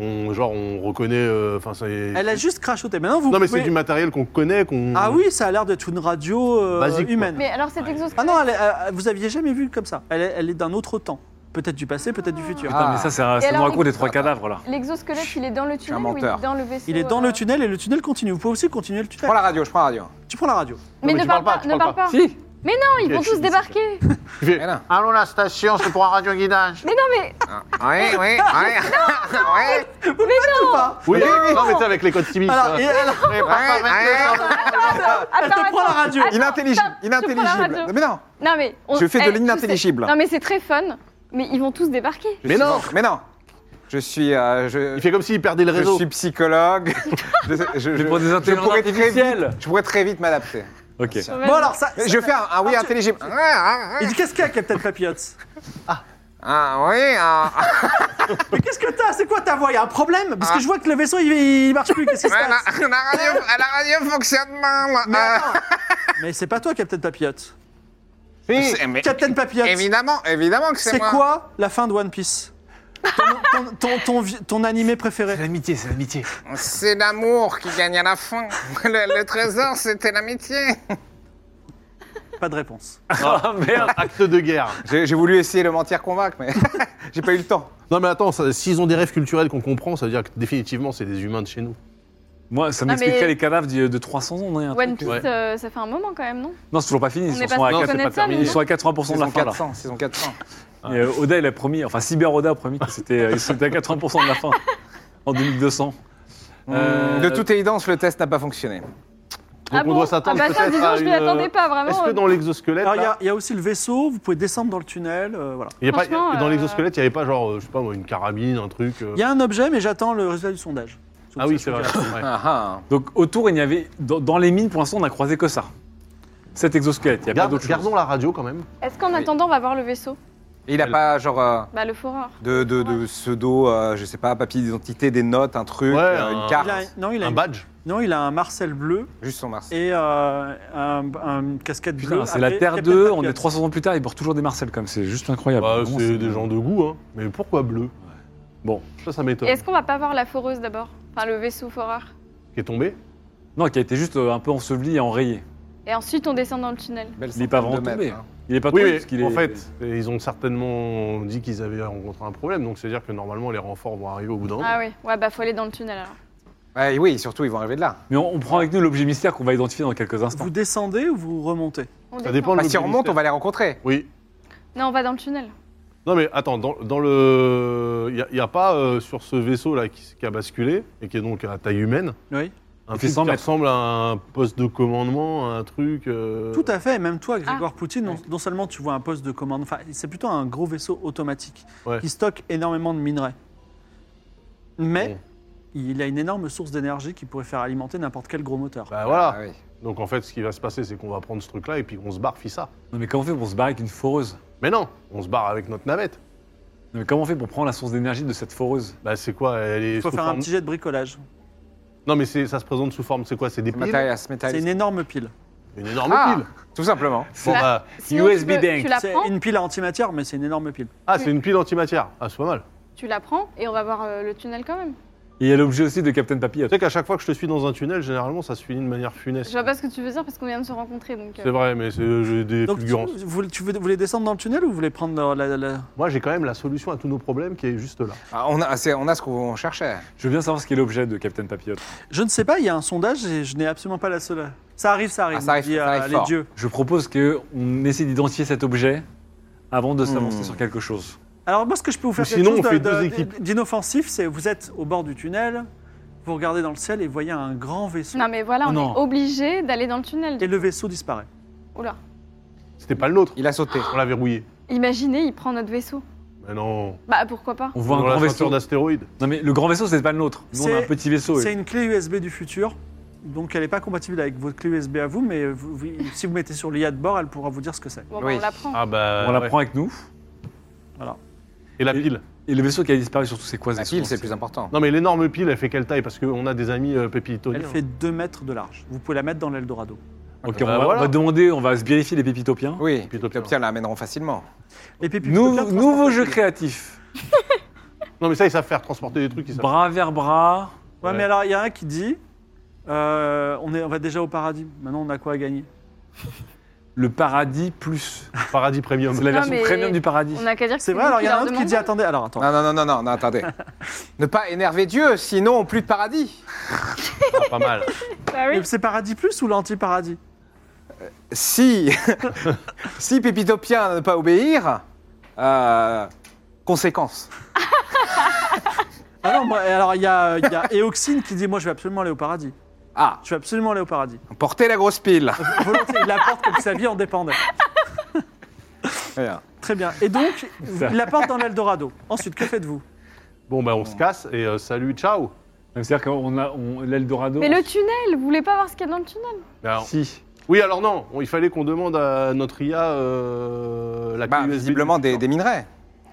C: On, genre, on reconnaît. euh, Enfin, c'est.
A: Elle a juste crachoté. Maintenant, vous
C: Non, mais
A: pouvez-
C: c'est du matériel qu'on connaît, qu'on.
E: Mmh.
A: Ah oui, ça a l'air d'être une radio euh,
C: Basique, quoi.
A: humaine.
D: Mais alors, cet exosquelette.
A: Ah non, elle est- euh, vous aviez jamais vu comme ça. Elle est, elle est d'un autre temps. Peut-être du passé, peut-être du futur.
B: Putain,
E: Ah.
B: mais ça, c'est un- ça nous
D: alors,
B: raconte
D: on-
B: des trois cadavres, là.
D: L'exosquelette, il est dans le tunnel ou il
E: menteur.
D: est dans le vaisseau
A: Il est dans
D: euh,
A: le tunnel et le tunnel continue. Vous pouvez aussi continuer le
E: je
A: tunnel.
E: prends la radio, je prends la radio.
A: Tu prends la radio.
D: Mais,
C: mais
D: ne
C: tu
D: parle
C: parles
D: pas,
C: pas, tu
D: ne
C: parles
D: parle pas.
B: Si
D: Non, ils
C: Ok,
D: vont
C: je
D: tous
C: suis
D: débarquer.
C: Tu fais,
E: Mais non.
C: Allons la station, c'est pour un radioguidage.
D: *laughs* Mais non, mais
E: Ah, ouais, *laughs* ouais, ouais. ouais.
A: Vous le faites ou pas
C: Oui, non, mais tu sais, avec les codes civiques. hein.
A: Alors, et elle,
C: Mais par contre,
E: Ouais,
C: maintenant,
A: elle te
D: attends,
A: prend la
D: attends.
A: radio.
E: Inintelligible,
D: stop, je prends la
E: inintelligible.
D: radio.
E: Mais non,
D: Non mais on-
E: je fais
D: eh,
E: de
D: tous ces-
E: l'inintelligible.
D: Non mais c'est très fun, mais ils vont tous débarquer.
E: Je
C: Mais
E: suis
C: non.
E: banque- Mais non Je suis. euh, je,
C: Il fait comme s'il perdait le
E: je
C: réseau.
E: suis psychologue. *laughs* je, je- je-
B: pour des
E: je
B: intelligences
E: pourrais très vite-
B: artificielles.
E: je pourrais très vite m'adapter.
B: Ok.
E: Tiens.
A: Bon, alors, ça.
E: Je fais un, un oui
A: Ah, tu-
E: intelligible. Ah, ah, ah.
A: Il dit Qu'est-ce qu'il y a, Captain Papillote
E: Ah, oui, ah, ah,
A: Mais qu'est-ce que t'as C'est quoi ta voix Il y a un problème Parce que je vois que le vaisseau, il, il marche plus. Qu'est-ce qui se
E: ouais,
A: passe
E: la, la radio, la radio fonctionne mal.
A: Mais
E: Ah.
A: attends. Mais c'est pas toi, Captain Papillote.
E: Si, mais-
A: Captain Papillote,
E: Évidemment, évidemment que c'est
A: c'est
E: moi.
A: quoi la fin de One Piece ton, ton, ton, ton vi- ton animé préféré
B: L'amitié, c'est l'amitié.
E: C'est l'amour qui gagne à la fin. *laughs* Le, le trésor, c'était l'amitié.
A: Pas de réponse.
B: Ah merde
C: Acte de guerre.
E: *laughs* J'ai j'ai voulu essayer de mentir convaincre, mais *laughs* j'ai pas eu le temps.
C: Non, mais attends, ça- s'ils ont des rêves culturels qu'on comprend, ça veut dire que définitivement, c'est des humains de chez nous.
B: Moi, ça
D: Non,
B: m'expliquerait
D: mais-
B: les cadavres d'il- de 300 ans, non il y a un
D: One
B: truc.
D: Piece,
C: Ouais.
D: euh, ça fait un moment quand même, non
B: Non, c'est toujours pas fini.
D: On
B: Ils
D: n'est
B: sont,
D: pas
B: à
D: censé
B: quatre-
D: connaître ça,
B: ils
D: nous,
B: sont à 80% de la
E: Saison
B: fin, là.
E: 400, saison 400.
B: Et, euh, Oda, il a promis, enfin Cyber Oda a promis que c'était euh, ils étaient à 80% de la fin en 2200. Euh,
E: De toute évidence, le test n'a pas fonctionné.
C: Donc,
D: Ah
C: on
D: bon
C: doit s'attendre
D: Ah bah ça,
C: peut-être
D: disons,
C: à
D: je m'y
C: une, euh,
D: attendais pas vraiment.
C: Est-ce que dans l'exosquelette,
A: Alors, il y
C: là,
A: a- il y, a aussi le vaisseau, vous pouvez descendre dans le tunnel, euh, voilà.
C: il y a pas-
D: Franchement,
C: dans
D: euh,
C: l'exosquelette, il n'y avait pas genre, euh, je sais pas moi, une carabine, un truc. euh,
A: Il y a un objet, mais j'attends le résultat du sondage.
C: Ah oui, c'est vrai. ouais.
E: Ah, ah.
B: Donc autour, il n'y avait dans, dans les mines, pour l'instant, on n'a croisé que ça. cet exosquelette. Il n'y a pas
C: Garde-
B: d'autre chose.
C: Gardons la radio quand même.
D: Est-ce qu'en
E: Oui.
D: attendant, on va voir le vaisseau
E: Et il a
C: Elle-
E: pas genre euh,
D: Bah, le foreur.
E: de, de, de pseudo, euh, je sais pas, papier d'identité, des notes, un truc,
C: Ouais,
E: euh,
C: un-
E: une
A: Il
E: carte,
A: a- non, il a
C: Un
A: une-
C: badge.
A: non, il a un Marcel bleu
E: juste son mars.
A: et euh, un, un casquette bleue.
B: Putain, c'est la
A: appelée
B: Terre
A: Captain
B: 2, on
A: Patriot.
B: est 300 ans plus tard, ils portent toujours des Marcel comme c'est juste incroyable.
C: Bah,
B: Vraiment,
C: c'est des gens de goût, hein. Mais pourquoi bleu Bon, ça, ça
D: Et
C: m'étonne.
D: est-ce qu'on va pas voir la foreuse d'abord Enfin, le vaisseau foreur.
C: Qui est tombé
B: Non, qui a été juste euh, un peu enseveli et enrayé.
D: Et ensuite, on descend dans le tunnel.
E: Belle
B: Il est pas
E: centaine
B: vraiment
E: de mètres,
B: tombé.
E: hein.
B: Il est pas
C: Oui,
B: tombé
C: mais
B: parce qu'il
C: en
B: est-
C: fait, ils ont certainement dit qu'ils avaient rencontré un problème. Donc, c'est-à-dire que normalement, les renforts vont arriver au bout d'un moment.
D: Ah oui, ouais, bah faut aller dans le tunnel alors.
E: Ouais, et oui, surtout, ils vont arriver de là.
B: Mais on, on prend avec nous l'objet mystère qu'on va identifier dans quelques instants.
A: Vous descendez ou vous remontez
D: On
C: Ça
D: descend.
C: dépend de
E: Bah, si
C: l'objet
E: on remonte,
C: mystère.
E: on va les rencontrer.
C: Oui.
D: Non, on va dans le tunnel.
C: Non, mais attends, dans, dans le. Il n'y a, pas euh, sur ce vaisseau-là qui, qui a basculé et qui est donc à taille humaine.
A: Oui.
C: Un
B: Il fait
C: truc
B: 100
C: qui
B: mètres.
C: ressemble à un poste de commandement, un truc. euh,
A: Tout à fait, et même toi, Grégoire Poutine, non, non seulement tu vois un poste de commande, enfin, c'est plutôt un gros vaisseau automatique
C: Ouais.
A: qui stocke énormément de minerais. Mais
C: Bon.
A: il a une énorme source d'énergie qui pourrait faire alimenter n'importe quel gros moteur.
C: Bah voilà.
E: Ah oui.
C: Donc en fait, ce qui va se passer, c'est qu'on va prendre ce truc-là et puis on se barre, fissa.
B: Non, mais comment on fait pour se barrer avec une foreuse
C: Mais non, on se barre avec notre navette.
B: Non, mais comment on fait pour prendre la source d'énergie de cette foreuse
C: Bah c'est quoi Elle est
A: Il faut
C: sous
A: faire
C: forme...
A: un petit jet de bricolage.
C: Non mais c'est- ça se présente sous forme, c'est quoi C'est des piles
E: Matérias,
A: C'est
E: matérias.
A: une énorme pile.
C: Une énorme
E: Ah.
C: pile.
E: Tout simplement.
C: Bon,
D: Ah.
C: bah,
D: Sinon, tu
B: USB
D: le-
B: bank.
D: Tu la
A: C'est
D: prends,
A: une pile à antimatière, mais c'est une énorme pile.
C: ah c'est une pile antimatière. Ah c'est pas mal.
D: tu la prends et on va voir euh, le tunnel quand même.
B: Et il y a l'objet aussi de Captain
C: Tu
B: Papillote.
C: sais qu'à chaque fois que je te suis dans un tunnel, généralement ça se finit de manière funeste.
D: Je vois pas ce que tu veux dire parce qu'on vient de se rencontrer donc. euh,
C: C'est vrai, mais c'est j'ai des
A: Donc, tu,
C: fulgurances.
A: vous, tu veux- vous voulez descendre dans le tunnel ou vous voulez prendre la. la- la-
C: Moi j'ai quand même la solution à tous nos problèmes qui est juste là.
E: Ah, on, a, c'est- on a ce qu'on cherchait.
B: Je veux bien savoir ce qu'est l'objet de Captain Papillote.
A: Je ne sais pas, il y a un sondage et je n'ai absolument pas la seule. Ça arrive, ça arrive,
E: Ah, ça arrive,
A: dit,
E: ça arrive
A: les
E: fort.
A: dieux.
B: Je propose qu'on essaie d'identifier cet objet avant de s'avancer
E: Hmm.
B: sur quelque chose.
A: Alors moi, ce que je peux vous faire, quelque
C: sinon,
A: chose
C: on
A: de-
C: fait deux
A: de-
C: équipes.
A: d'inoffensif, c'est vous êtes au bord du tunnel, vous regardez dans le ciel et vous voyez un grand vaisseau.
D: Non mais voilà, on
B: Non.
D: est obligé d'aller dans le tunnel.
A: Et le vaisseau disparaît.
D: Oula.
C: C'était pas le nôtre.
E: Il a sauté.
C: On l'a verrouillé.
D: Imaginez, il prend notre vaisseau.
C: Mais non.
D: Bah pourquoi pas
B: On voit
C: Dans
B: un
C: la
B: grand
C: ceinture
B: vaisseau.
C: d'astéroïdes.
B: Non mais le grand vaisseau c'est pas le nôtre. Nous on a
A: C'est-
B: un petit vaisseau.
A: C'est
B: et-
A: une clé USB du futur, donc elle n'est pas compatible avec votre clé USB à vous, mais vous- vous- si vous mettez sur l'IA de bord, elle pourra vous dire ce que c'est.
D: Bon bah,
E: Oui.
D: on la prend.
C: Ah bah.
B: on la
C: ouais.
B: prend avec nous.
C: Et la pile.
B: Et le vaisseau qui a disparu surtout c'est quoi
E: La
B: c'est-
E: pile, c'est le plus important.
C: Non mais l'énorme pile, elle fait quelle taille Parce qu'on a des amis euh,
A: Elle
C: pépitoniens.
A: fait 2 mètres de large. Vous pouvez la mettre dans l'Eldorado.
B: Ok,
C: Bah,
B: on, va,
C: voilà.
B: on va demander, on va se vérifier les pépitopiens.
E: Oui,
C: Puis
E: puis
C: Topia.
E: Topia l'amèneront facilement.
A: Et puis, puis,
B: Nou-
A: Topia,
B: nouveau
A: transporte-
B: jeu créatif.
C: Non mais ça, ils savent faire transporter des trucs. Ils savent.
B: Bras vers bras.
A: Ouais, mais alors il y en a un qui dit, euh, on, est, on va déjà au paradis. Maintenant, on a quoi à gagner
B: Le paradis plus.
C: Paradis premium.
B: C'est la
D: Non,
B: version
D: mais
B: premium du paradis.
D: On a qu'à dire que
A: C'est vrai. Alors il y en a un autre qui dit,
D: attends.
A: attendez, alors attends.
E: Non, non, non, non, non, non, attendez. ne pas énerver Dieu, sinon plus de paradis.
C: Ah, pas mal.
D: Bah
A: Mais
D: oui.
A: C'est paradis plus ou l'anti-paradis
E: Si, *laughs* si Pépitopia ne pas obéir, euh, conséquence.
A: Ah non, moi, alors il y a, il y
E: *laughs*
A: a Eoxine qui dit Moi je vais absolument aller au paradis.
E: Ah,
A: Je vais absolument aller au paradis.
E: porter la grosse pile.
A: Volontiers, il la porte comme si sa vie en dépendait.
E: Très bien.
A: Très bien. Et donc, il la porte dans l'Eldorado. Ensuite, que faites-vous
C: Bon bah on se casse et euh, salut, ciao.
B: C'est-à-dire qu'on a on- l'Eldorado.
D: Mais le tunnel, vous voulez pas voir ce qu'il y a dans le tunnel
C: Ben,
B: Si.
C: Oui, alors non, on- il fallait qu'on demande à notre IA euh, la clé
E: Bah,
C: USB.
E: visiblement
C: du
E: des,
C: futur.
E: des minerais.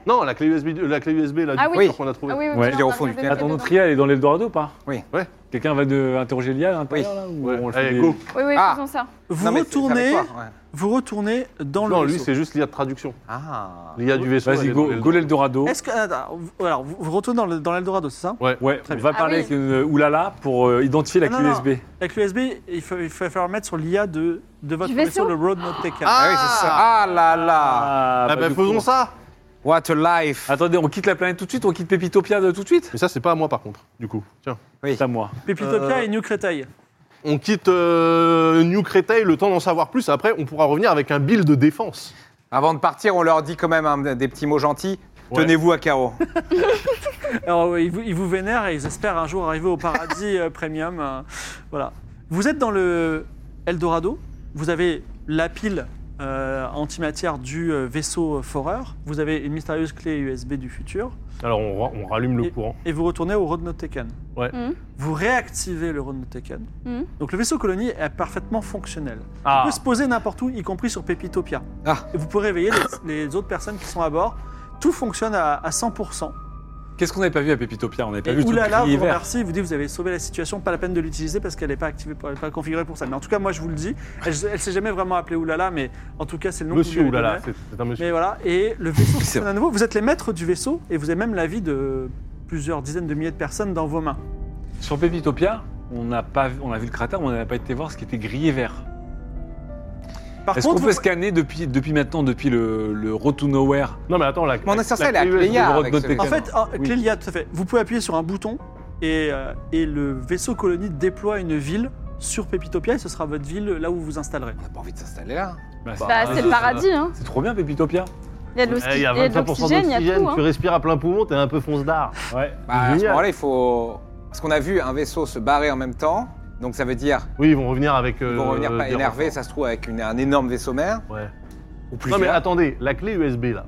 C: Non, la clé USB, euh, la clé USB là,
D: Ah
C: du
D: oui.
C: futur qu'on a trouvé.
D: Ah oui, oui,
B: Ouais.
D: oui.
E: Je
D: on
E: dirais au fond
D: a un
E: du tunnel.
D: USB
B: Attends,
D: dedans.
B: notre IA, elle est dans l'Eldorado ou pas
E: Oui.
C: Ouais.
B: Quelqu'un va de interroger l'IA à l'intérieur, là ou
C: Ouais,
B: on le fait
C: Allez,
B: des-
C: go.
D: Oui, oui,
E: Ah.
D: faisons ça.
A: vous
E: Non, mais c'est- c'est avec
A: retournez,
E: toi, ouais.
A: vous retournez dans
C: Non,
A: le
C: lui,
A: vaisseau.
C: c'est juste l'IA de traduction.
E: Ah.
C: L'IA du vaisseau. elle
B: Vas-y,
C: est
B: go,
C: dans les-
B: go l'Eldorado.
A: Est-ce que attends, vous- alors vous, vous retournez dans le- dans l'Eldorado, c'est ça
C: Ouais.
B: Ouais,
A: Très
B: on
A: bien.
B: va
D: Ah
B: parler
D: oui. Ah,
B: avec une euh, oulala pour euh, identifier la
A: Non,
B: clé
A: non,
B: USB.
A: Avec l'USB, il faut, il faut falloir mettre sur l'IA de, de votre
D: Du
A: vaisseau,
D: vaisseau
A: le Road Note Taker.
E: Ah oui, c'est ça. Ah là là.
C: Ah,
B: bah,
C: bah,
B: du coup,
C: faisons
B: on-
C: ça
E: What a life.
B: Attendez, on quitte la planète tout de suite, on quitte Pépitopia de tout de suite
C: Mais ça, c'est pas à moi par contre, du coup. Tiens.
B: C'est à moi.
A: Pépitopia
C: Euh,
A: et New Créteil.
C: On quitte euh, New Créteil, le temps d'en savoir plus. Après, on pourra revenir avec un build de défense.
E: Avant de partir, on leur dit quand même hein, des petits mots gentils.
C: Ouais.
E: Tenez-vous à carreau.
A: Alors, ouais, ils, vous, ils vous vénèrent et ils espèrent un jour arriver au paradis euh, premium. euh, voilà. Vous êtes dans le Eldorado. Vous avez la pile euh, antimatière du euh, vaisseau Forer. Vous avez une mystérieuse clé USB du futur.
C: Alors on, ra- on rallume le
A: Et-
C: courant.
A: Et vous retournez au Rodnoteken.
D: Hmm.
A: Vous réactivez le Rodnoteken.
D: Hmm.
A: Donc le vaisseau colonie est parfaitement fonctionnel. Il
B: Ah,
A: peut se poser n'importe où, y compris sur Pépitopia.
E: Ah.
A: Et vous pouvez réveiller les, les autres personnes qui sont à bord. Tout fonctionne à, à 100%.
B: qu'est-ce qu'on n'avait pas vu à Pépitopia On n'avait pas
A: Et
B: vu tout le
A: oulala,
B: crier
A: vous
B: vert.
A: remercie, il vous dit vous avez sauvé la situation, pas la peine de l'utiliser parce qu'elle n'est pas activée, pour- elle est pas configurée pour ça. Mais en tout cas, moi je vous le dis, elle ne s'est jamais vraiment appelée Oulala, mais en tout cas c'est le nom que
C: Monsieur
A: vous lui avez
C: Oulala,
A: donné.
C: c'est c'est un monsieur.
A: Mais voilà, et le vaisseau fonctionne à nouveau. Vous êtes les maîtres du vaisseau et vous avez même l'avis de plusieurs dizaines de milliers de personnes dans vos mains.
B: Sur Pépitopia, on n'a pas vu, on a vu le cratère, mais on n'a pas été voir ce qui était grillé vert.
A: Par
B: Est-ce qu'on
A: contre,
B: peut
A: vous-
B: scanner depuis, depuis maintenant, depuis le, le Road to Nowhere
C: Non mais attends, la,
E: Mais on a sur ça, elle est à
C: clé USB
E: Cléa
C: de
E: avec ce-
C: Rodnoteken.
A: en fait, en-
C: Oui.
A: Clélia, tout à fait, vous pouvez appuyer sur un bouton et, euh, et le vaisseau colonie déploie une ville sur Pépitopia et ce sera votre ville là où vous vous installerez.
E: On n'a pas envie de s'installer là.
D: Bah, c'est le paradis, hein.
B: Ah, C'est trop bien, Pépitopia.
D: Il y a de
C: Eh,
D: l'oxy-
C: Il
D: il
C: y
D: y
C: a
D: a
C: 25%
D: de l'oxygène, il y a tout.
C: tu
D: Hein.
C: respires à plein poumon, t'es un peu fonce d'art. Ouais.
E: Bah, à ce
C: génial.
E: moment-là, il faut. Parce qu'on a vu un vaisseau se barrer en même temps. Donc ça veut dire
C: Oui, ils vont revenir avec.
E: qu'ils
C: euh,
E: vont revenir pas
C: des
E: énervés,
C: renforts.
E: ça se trouve, avec une- un énorme vaisseau mère.
C: Ouais.
E: Ou plus.
C: Non mais
E: vert.
C: attendez, la clé USB là,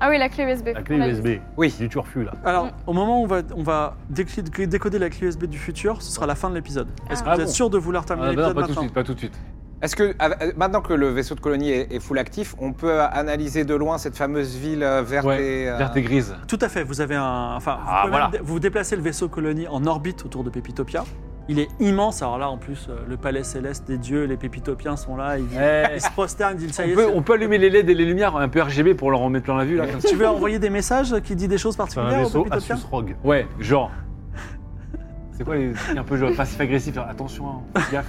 D: Ah oui, la clé USB.
C: la clé
D: on l'a dit.
C: USB
E: Oui.
C: du turfu là.
A: Alors,
D: Mm.
A: au moment où on va, on va déc- déc- décoder la clé USB du futur, ce sera la fin de l'épisode. Est-ce que
B: Ah
A: vous êtes
B: bon
A: sûr de vouloir terminer
B: Ah, bah non,
A: l'épisode
B: pas tout de
A: maintenant
B: suite, pas tout de suite.
E: Est-ce que, euh, maintenant que le vaisseau de colonie est, est full actif, on peut euh, analyser de loin cette fameuse ville euh, verte
B: Ouais,
E: et. euh,
B: Verte et grise.
A: *laughs* Tout à fait, vous avez un. Enfin, vous,
B: Ah,
A: pouvez même
B: voilà.
A: dé- vous déplacez le vaisseau colonie en orbite autour de Pépitopia. Il est immense, alors là en plus, euh, le palais céleste des dieux, les Pépitopiens sont là, ils,
B: Eh,
A: ils se prosternent, ils disent ça y
B: on,
A: est.
B: peut,
A: c'est-
B: on peut allumer les LED et les lumières un peu RGB pour leur en mettre plein la vue là. comme ça.
A: Tu veux envoyer des messages qui disent des choses
C: C'est un
A: particulières aux
C: vaisseau
A: Pépitopiens
C: Asus Rogue.
B: Ouais, genre. C'est quoi les trucs un peu genre, passif-agressif genre, Attention, hein, fais gaffe.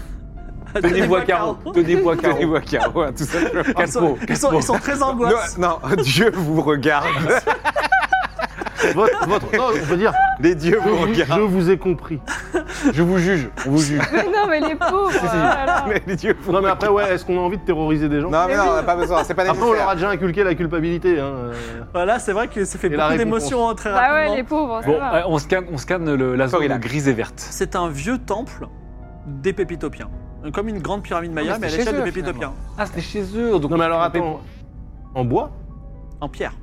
B: Tony
A: Tenez-vous à
B: Boicaro.
A: carreau.
B: Tony
E: *laughs* Carré
B: Boicaro.
E: ou à carreau, hein, tout simplement.
A: Ils sont, ils sont- ils sont très angoissés.
E: Non, non, *laughs* Dieu vous
C: Ah,
E: regarde.
C: Votre, votre- non, on peut
E: *laughs*
C: dire,
E: Les dieux vous
C: je
E: regardent.
C: vous ai compris.
B: Je vous juge, on vous juge.
D: *laughs* Mais non, mais les pauvres.
B: Si, si.
D: oh là là.
E: Mais *laughs* les dieux vous
C: Non mais
E: regardent.
C: après ouais, est-ce qu'on a envie de terroriser des gens
E: Non, mais non, on n'a pas besoin, c'est pas
C: Après Ah on leur
E: nécessaire.
C: a déjà inculqué la culpabilité. hein, euh.
A: Voilà, c'est vrai que ça fait
C: Et la
A: beaucoup
C: récompense.
A: d'émotions hein, très
D: Bah ouais,
A: rapidement.
D: les pauvres, ça
B: Bon,
D: va.
B: euh, on scanne, on scanne le- la zone
E: Correlax.
B: grise et verte.
A: C'est un vieux temple des Pépitopiens. Comme une grande pyramide maya,
E: Ah, mais
A: mais à
E: c'est
A: l'échelle
E: chez
A: de
E: eux,
A: Pépitopiens.
B: Ah, c'était chez eux. Donc
C: Non mais alors
B: on peut-
C: attends, en bois
A: En pierre.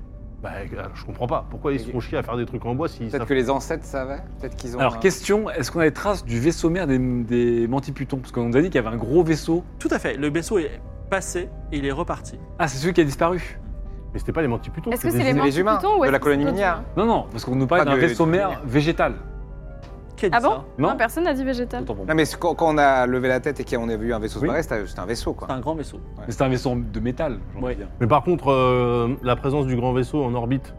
C: Bah alors, je comprends pas. Pourquoi ils se font chier à faire des trucs en bois si
E: Peut-être
C: ça
E: que les ancêtres savaient. Peut-être qu'ils ont.
B: Alors,
E: un-
B: question est-ce qu'on a des traces du vaisseau mère des, des Mantiputons Parce qu'on nous a dit qu'il y avait un gros vaisseau.
A: Tout à fait, le vaisseau est passé et il est reparti.
B: Ah, c'est celui qui a disparu.
C: Mais c'était pas les mantiputons.
D: Est-ce que
C: des
D: c'est les
C: humains.
D: mains
E: les humains,
D: Python ou
E: de
D: est-ce
E: la
D: que
E: colonie
D: c'est d'autres
E: minière.
D: humains
B: Non, non, parce qu'on nous parlait
C: Ah,
E: Pas
B: d'un
E: de-
B: vaisseau
E: de-
B: mère végétal.
A: Qui a dit
D: Ah
A: ça
D: bon
B: Non
D: Non, personne n'a dit végétal.
B: Autant pour moi.
E: Non, mais c'est quand, quand on a levé la tête et qu'on a vu un vaisseau se
B: Oui.
E: barrer, c'était c'était un vaisseau, quoi.
A: C'est un grand vaisseau.
B: Mais c'est un vaisseau de métal, j'en
A: Ouais.
B: reviens.
C: Mais par contre, euh, la présence du grand vaisseau en orbite